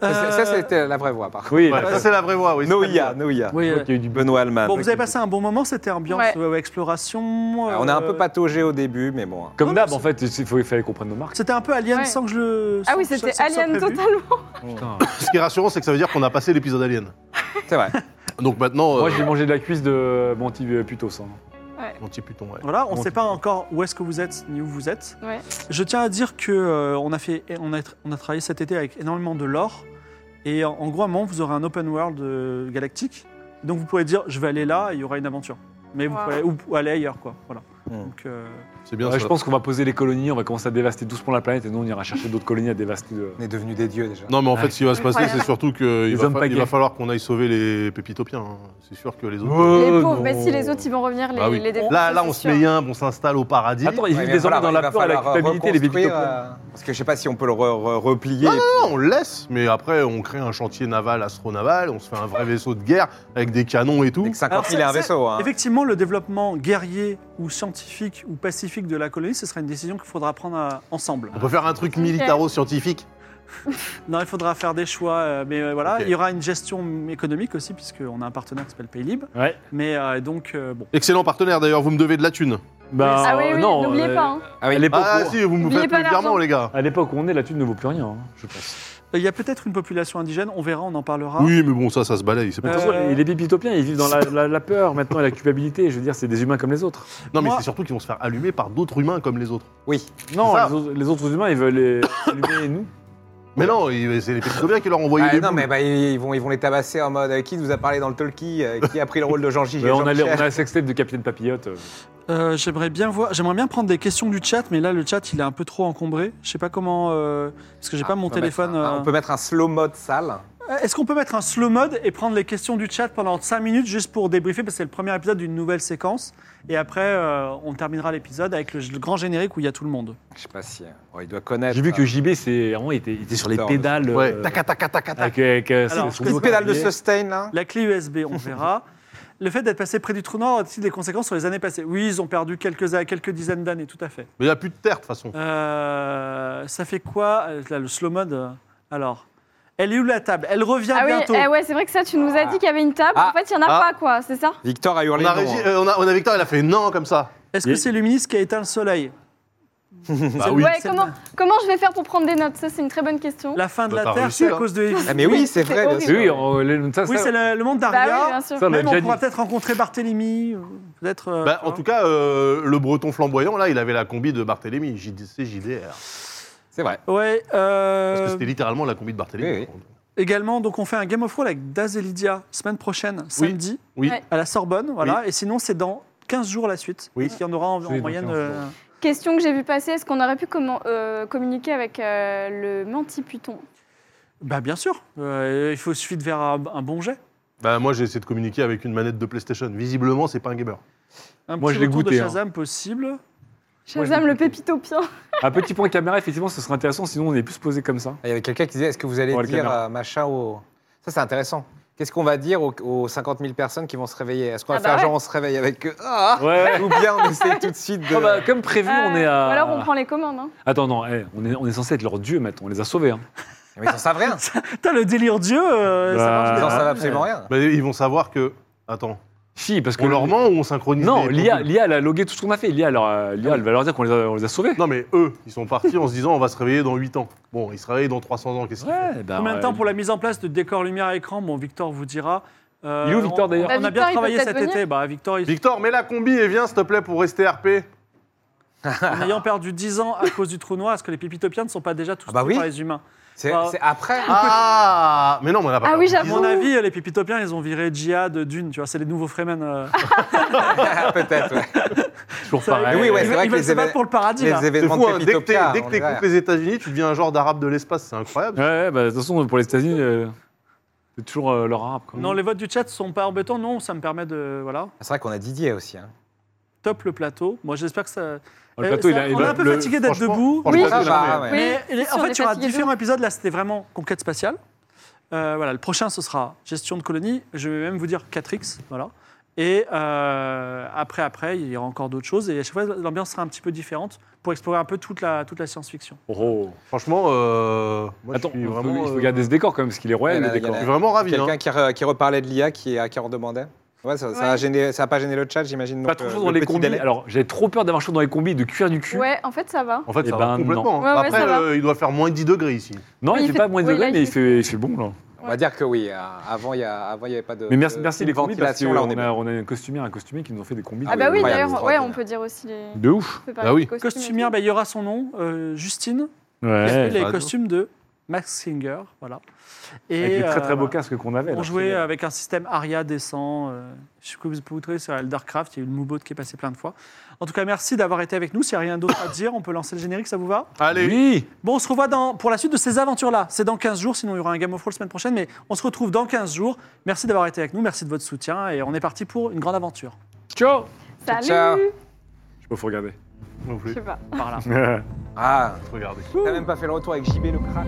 E: Ça, c'est- Ça,
A: Euh,
E: c'était la vraie voix, par contre.
B: Oui,
C: Ouais, ça, c'est la vraie voix, oui.
E: No
C: c'est la
E: IA,
C: vraie
E: no IA.
A: oui, euh,
B: il y a eu du
E: Benoît Alman.
A: Bon, vous avez passé un bon moment, c'était ambiance
D: Ouais.
A: euh, exploration.
E: Ah, on a un
A: euh,
E: peu pataugé au début, mais bon. hein.
B: Comme
A: Non,
B: d'hab,
A: mais
B: en fait, il faut- il fallait qu'on prenne nos marques.
A: C'était un peu Alien
D: Ouais.
A: sans que je le.
D: Ah oui,
A: sans-
D: c'était
A: sans que ce soit
D: Alien
A: prévu.
D: totalement.
C: voix. Ce qui est rassurant, c'est que ça veut dire qu'on a passé l'épisode Alien.
E: C'est vrai.
C: Donc maintenant, euh,
B: Moi, j'ai mangé de la cuisse de mon petit euh, putos. hein.
C: mon petit puton, ouais.
A: Voilà, on ne
B: Bon,
A: sait
B: tout
A: pas encore où est-ce que vous êtes ni où vous êtes.
D: Ouais.
A: Je tiens à dire que euh, on a fait, on a, on a travaillé cet été avec énormément de lore et en, en gros, à un moment, vous aurez un open world euh, galactique. Donc vous pouvez dire, je vais aller là, il y aura une aventure. Mais vous
D: Wow.
A: pouvez ou, ou aller ailleurs, quoi. Voilà.
E: Hmm.
A: Donc, euh,
C: C'est bien
B: Ouais,
C: ça.
B: je pense qu'on va poser les colonies, on va commencer à dévaster doucement la planète et nous on ira chercher d'autres colonies à dévaster. de-
E: On est devenus des dieux déjà.
C: Non, mais en fait, ce qui va se passer,
D: Incroyable.
C: c'est surtout qu'il
B: Les
C: va,
B: hommes
C: fa- il
B: pagaies.
C: va falloir qu'on aille sauver les pépitopiens. hein. C'est sûr que les autres.
D: Les
B: Oh,
D: pauvres,
B: non. Ah
D: mais si les autres ils vont revenir, les,
C: Bah oui.
D: les défenseurs,
C: Là, là, on
D: c'est
C: se
D: sûr.
C: met un, on s'installe au paradis.
B: Attends, ils
E: Ouais,
B: vivent
E: mais
B: désormais
E: voilà,
B: dans
E: il
B: la
E: va
B: peur et la
E: falloir, euh,
B: culpabilité, les
E: reconstruire,
B: bébés
E: euh, Parce que je sais pas si on peut le re- re- replier.
C: Non, non, non, on le laisse, mais après, on crée un chantier naval, astronaval, on se fait un vrai vaisseau de guerre avec des canons et tout.
E: Avec 50 000
A: Alors,
E: et un
A: c'est-
E: vaisseau. hein.
A: effectivement, le développement guerrier ou scientifique ou pacifique de la colonie, ce sera une décision qu'il faudra prendre à- ensemble.
C: On peut faire un truc
D: Ok.
C: militaro-scientifique.
A: Non, il faudra faire des choix, euh, mais euh, voilà,
C: Ok.
A: il y aura une gestion économique aussi, puisqu'on a un partenaire qui s'appelle Paylib.
B: Ouais.
A: Mais euh, donc, euh, bon.
C: Excellent partenaire d'ailleurs, vous me devez de la thune.
B: Bah,
D: Ah oui, oui,
B: non,
D: n'oubliez
B: euh,
D: pas. hein.
E: Ah oui.
B: à l'époque
C: Ah
B: où-
C: si, vous me
D: Oubliez
C: faites
D: pas
C: le virement
D: l'argent.
C: les gars.
B: à l'époque où on est, la thune ne vaut plus rien, hein, je pense.
A: Euh, Il y a peut-être une population indigène, on verra, on en parlera.
C: Oui, mais bon, ça, ça se balaye. c'est pas
A: Hein Euh,
C: possible.
B: Et les bipitopiens, ils vivent dans la, la- la peur maintenant et la culpabilité. Je veux dire, c'est des humains comme les autres.
C: Non, mais
A: moi-
C: c'est surtout qu'ils vont se faire allumer par d'autres humains comme les autres.
E: Oui.
B: Non,
C: ça.
B: les autres, les autres humains, ils veulent les *coughs* allumer nous.
C: Mais non, ils- c'est les pétroliens qui leur ont envoyé
E: Ah,
C: les
E: non,
C: boules.
E: mais bah, ils, ils vont, ils vont les tabasser en mode euh, qui nous a parlé dans le talkie euh, Qui a pris le rôle de Jean-J
B: Mais on, a, les- on a
E: Jean-Michel
B: la sextape de Capitaine Papillote. euh.
A: Euh, j'aimerais bien voir, j'aimerais bien prendre des questions du chat, mais là le chat il est un peu trop encombré. Je sais pas comment, euh, parce que j'ai
E: Ah,
A: pas
E: on
A: mon
E: peut mettre
A: téléphone.
E: un-
A: euh.
E: On peut mettre un slow mode sale.
A: Est-ce qu'on peut mettre un slow mode et prendre les questions du chat pendant 5 minutes juste pour débriefer, parce que c'est le premier épisode d'une nouvelle séquence, et après euh, on terminera l'épisode avec le, le grand générique où il y a tout le monde.
E: Je sais pas si. euh, bon, il doit connaître.
B: J'ai vu que
E: euh,
B: JB, c'est vraiment, il était, il était sur les
E: Putain,
B: pédales.
C: Ouais,
B: euh,
C: taca, taca, taca, taca.
B: avec, avec, euh,
A: Alors,
B: son
E: les
B: nouveau
E: pédales de
B: calendrier.
E: sustain là.
A: La clé USB, on verra. Le fait d'être passé près du trou noir a-t-il des conséquences sur les années passées Oui, ils ont perdu quelques, quelques dizaines d'années, tout à fait.
C: Mais il n'y a plus de terre de toute façon.
A: Euh, ça fait quoi euh, Là, le slow mode. euh, Alors, elle est où la table Elle revient
D: Ah oui,
A: bientôt.
D: eh ouais, c'est vrai que ça, tu nous as dit qu'il y avait une table.
E: Ah.
D: En fait, il n'y en a
C: Ah.
D: pas, quoi, c'est ça
E: Victor a
C: On
E: hurlé.
C: a,
E: non,
C: régi-
E: hein.
C: euh, on a- on a Victor, il a fait non comme ça.
A: Est-ce que
B: Il-
A: c'est Luminis qui a éteint le soleil
C: Bah oui.
D: ouais,
A: c'est
D: comment,
A: pas-
D: comment je vais faire pour prendre des notes Ça, c'est une très bonne question.
A: La fin de
C: Bah,
A: la
C: t'as
A: Terre,
C: réussi,
A: c'est à
C: hein.
A: cause de Evie.
E: Ah, mais oui, c'est
D: C'est
E: vrai. bien
D: horrible.
E: sûr.
B: Mais oui, on- le- ça,
A: Oui,
B: ça-
A: c'est le, le monde
D: Bah oui,
A: d'Aria.
D: bien sûr.
B: ça, on l'a
A: Même on
B: déjà
A: pourra
B: dit.
A: peut-être rencontrer Barthélemy, euh, peut-être. euh,
C: Bah,
A: tu
C: en
A: vois.
C: tout cas, euh, le breton flamboyant, là, il avait la combi de Barthélemy, JDC, JDR.
E: C'est vrai.
A: Ouais.
C: Parce
A: euh,
C: que c'était littéralement la combi de Barthélemy.
E: oui,
C: par contre.
A: également, donc on fait un Game of Roll avec Daz et Lydia semaine prochaine, samedi,
C: Oui.
D: Ouais.
A: à la Sorbonne. Voilà. Et sinon, c'est dans 15 jours la suite.
C: Oui.
A: Oui. Il y en aura en, en
B: Oui, dans
A: moyenne.
B: 15 jours.
A: euh,
D: Question que j'ai vu passer, est-ce qu'on aurait pu comment, euh, communiquer avec euh, le menti puton
A: bah, bien sûr. Euh, il faut suffit de faire un, un bon jet.
C: Bah, moi, j'ai essayé de communiquer avec une manette de PlayStation. Visiblement, c'est pas un gamer.
A: Un
B: Moi,
A: petit
B: je l'ai
A: retour
B: goûté,
A: de
B: hein.
A: Shazam possible.
D: Shazam, le pépitopien.
B: Un petit point caméra, effectivement, ce serait intéressant, sinon on est plus posé comme ça.
E: Ah, Il y avait quelqu'un qui disait est-ce que vous allez
B: Oh, la
E: dire
B: caméra.
E: euh, machin au. Ça, c'est intéressant. Qu'est-ce qu'on va dire aux, aux 50 000 personnes qui vont se réveiller Est-ce qu'on va
D: Ah bah
E: faire
D: ouais.
E: genre on se réveille avec eux Ah
B: Ouais.
E: Ou bien on essaie tout de suite de.
B: Ah bah, comme prévu, on est à.
D: Ou Euh, alors on prend les commandes. hein.
B: Attends, non, eh, on, est, on est censé être leur dieu maintenant, on les a sauvés. Hein.
E: Mais ils en savent rien.
A: Putain, le délire Dieu. euh, ça
B: Bah,
A: marche
E: Ils
A: bien.
E: en savent absolument rien.
C: Bah, ils vont savoir que. Attends,
B: Si, parce que.
C: on leur ment ou on synchronise
B: Non,
C: les-
B: l'IA, l'IA, elle a logué tout ce qu'on a fait. L'IA, leur, euh, l'IA, elle va leur dire qu'on les a, on les a sauvés.
C: Non, mais eux, ils sont partis en se disant on va se réveiller dans 8 ans. Bon, ils se réveillent dans 300 ans, qu'est-ce qu'ils font
B: Ouais, bah,
A: Combien de
B: ouais.
A: temps pour la mise en place de décor lumière à écran Bon, Victor vous dira. Euh,
B: Il est où, Victor,
A: on-
B: d'ailleurs
A: On,
D: Bah,
A: a bien
D: Victor, il peut
A: travaillé
D: peut-être
A: cet
D: venir.
A: été. Bah, Victor, il-
C: Victor, mets la combi et viens, s'il te plaît, pour rester RP.
A: en ayant perdu 10 ans à cause du trou noir, est-ce que les pipitopiens ne sont pas déjà tous
E: Ah bah
A: tués
E: oui.
A: par les humains
E: C'est
A: Ah.
E: c'est après.
C: Ah Mais non, mais on n'a pas
D: Ah
C: perdu
D: oui,
C: dix ans.
A: À
D: j'avoue.
A: mon avis, les pipitopiens, ils ont viré Jia de Dune, tu vois, c'est les nouveaux Fremen. euh.
E: *laughs* Peut-être, ouais.
B: Toujours
A: Ça,
B: pareil.
A: ils-
E: Oui, ouais, c'est
A: ils,
E: vrai
A: ils
E: que
A: veulent
E: les
A: se battre
E: éve-
A: pour le paradis, là.
E: Les
C: C'est
E: événements
C: fou,
E: de
C: hein, dès que t'es-
E: Pépitopia,
C: dès que
E: on
C: t'écoutes
E: dirait.
C: les États-Unis, tu deviens un genre d'arabe de l'espace, c'est incroyable.
B: Ouais, ouais, bah, de toute façon, pour les États-Unis, euh, c'est toujours euh, leur arabe. Quoi.
A: Non, les votes du chat sont pas embêtants, non, ça me permet de. Voilà.
E: C'est vrai qu'on a Didier aussi. hein.
A: Top le plateau. Moi, j'espère que ça.
B: le plateau,
A: Eh,
B: il
A: ça-
B: a-
A: on
B: il
A: est
B: a-
A: un peu
C: le-
A: fatigué d'être
C: franchement-
A: debout.
C: franchement,
D: Oui.
C: c'est
E: Ah
C: jamais-
E: bah, ouais.
D: Oui,
A: Mais les-
D: c'est
A: en
D: sûr, on
A: fait,
D: est
A: il y aura
D: fatigué de
A: différents
D: ouf.
A: épisodes. Là, c'était vraiment conquête spatiale. Euh, voilà, le prochain, ce sera gestion de colonie. Je vais même vous dire 4X. Voilà. Et euh, après, après, il y aura encore d'autres choses. Et à chaque fois, l'ambiance sera un petit peu différente pour explorer un peu toute la, toute la science-fiction.
B: Oh.
C: Franchement, euh, moi,
B: Attends,
C: je
B: il
C: suis
B: faut,
C: vraiment,
B: il faut
C: euh,
B: garder ce décor quand même, parce qu'il est royal,
E: Il y en a-
B: le décor.
E: il y
C: je
E: en
C: suis vraiment ravi.
E: Quelqu'un
C: hein.
E: qui, re- qui reparlait de l'IA qui, à qui on demandait. Ouais, ça, ça a
D: Ouais.
E: gêné- ça a pas gêné le chat, j'imagine.
B: Pas
E: donc,
B: trop
E: euh,
B: chaud dans
E: le
B: les
E: petit
B: combis.
E: délai.
B: Alors, j'ai trop peur d'avoir chaud dans les combis, de cuire du cul.
D: Ouais, en fait, ça va.
C: En fait,
B: Eh
C: ça
B: ben,
C: va complètement. hein.
D: Ouais, ouais,
C: Après,
D: ça va.
C: euh, il doit faire moins 10 degrés ici.
B: Non,
D: Oui,
B: il
D: il
B: fait
D: fait-
B: pas moins de
D: oui,
B: degrés,
D: là,
B: mais il
D: il
B: fait, il fait bon, là.
E: On va dire que oui, euh, avant il n'y avait pas de.
B: Mais merci,
E: de-
B: merci
E: de
B: les combis, parce
E: ventilation, là, on
B: qu'on
E: est
B: a,
E: bien.
B: on a une costumière, un costumier qui nous ont fait des combis.
D: Ah
B: de-
D: bah oui,
E: incroyable,
D: d'ailleurs, ouais, on
E: extraordinaire.
D: peut dire aussi les.
B: De ouf.
D: on peut parler
C: Ah
D: des
C: oui.
D: costumes et
A: Costumière,
D: tout.
A: ben, il y aura son nom, euh, Justine. qui a fait
B: Ouais.
A: les
C: radio.
A: costumes de Max Singer. Voilà. Et,
B: Avec le très très
A: euh,
B: beau casque qu'on avait.
A: On
B: là.
A: jouait avec un système Aria décent. euh, je sais que vous pouvez trouver sur Eldercraft. Il y a eu le Moubot qui est passé plein de fois. En tout cas, merci d'avoir été avec nous. S'il n'y a rien d'autre à dire, on peut lancer le générique, ça vous va
C: Allez,
B: Oui
A: Bon, on se revoit dans, pour la suite de ces aventures-là. C'est dans 15 jours, sinon il y aura un Game of Thrones semaine prochaine. Mais on se retrouve dans 15 jours. Merci d'avoir été avec nous, merci de votre soutien. Et on est parti pour une grande aventure.
B: Ciao
D: Salut
E: Ciao.
B: Je peux vous regarder.
C: non
D: Je
C: plus,
D: sais pas.
A: Par là.
E: Ah,
C: regardez.
E: t'as même pas fait le retour avec JB le crack.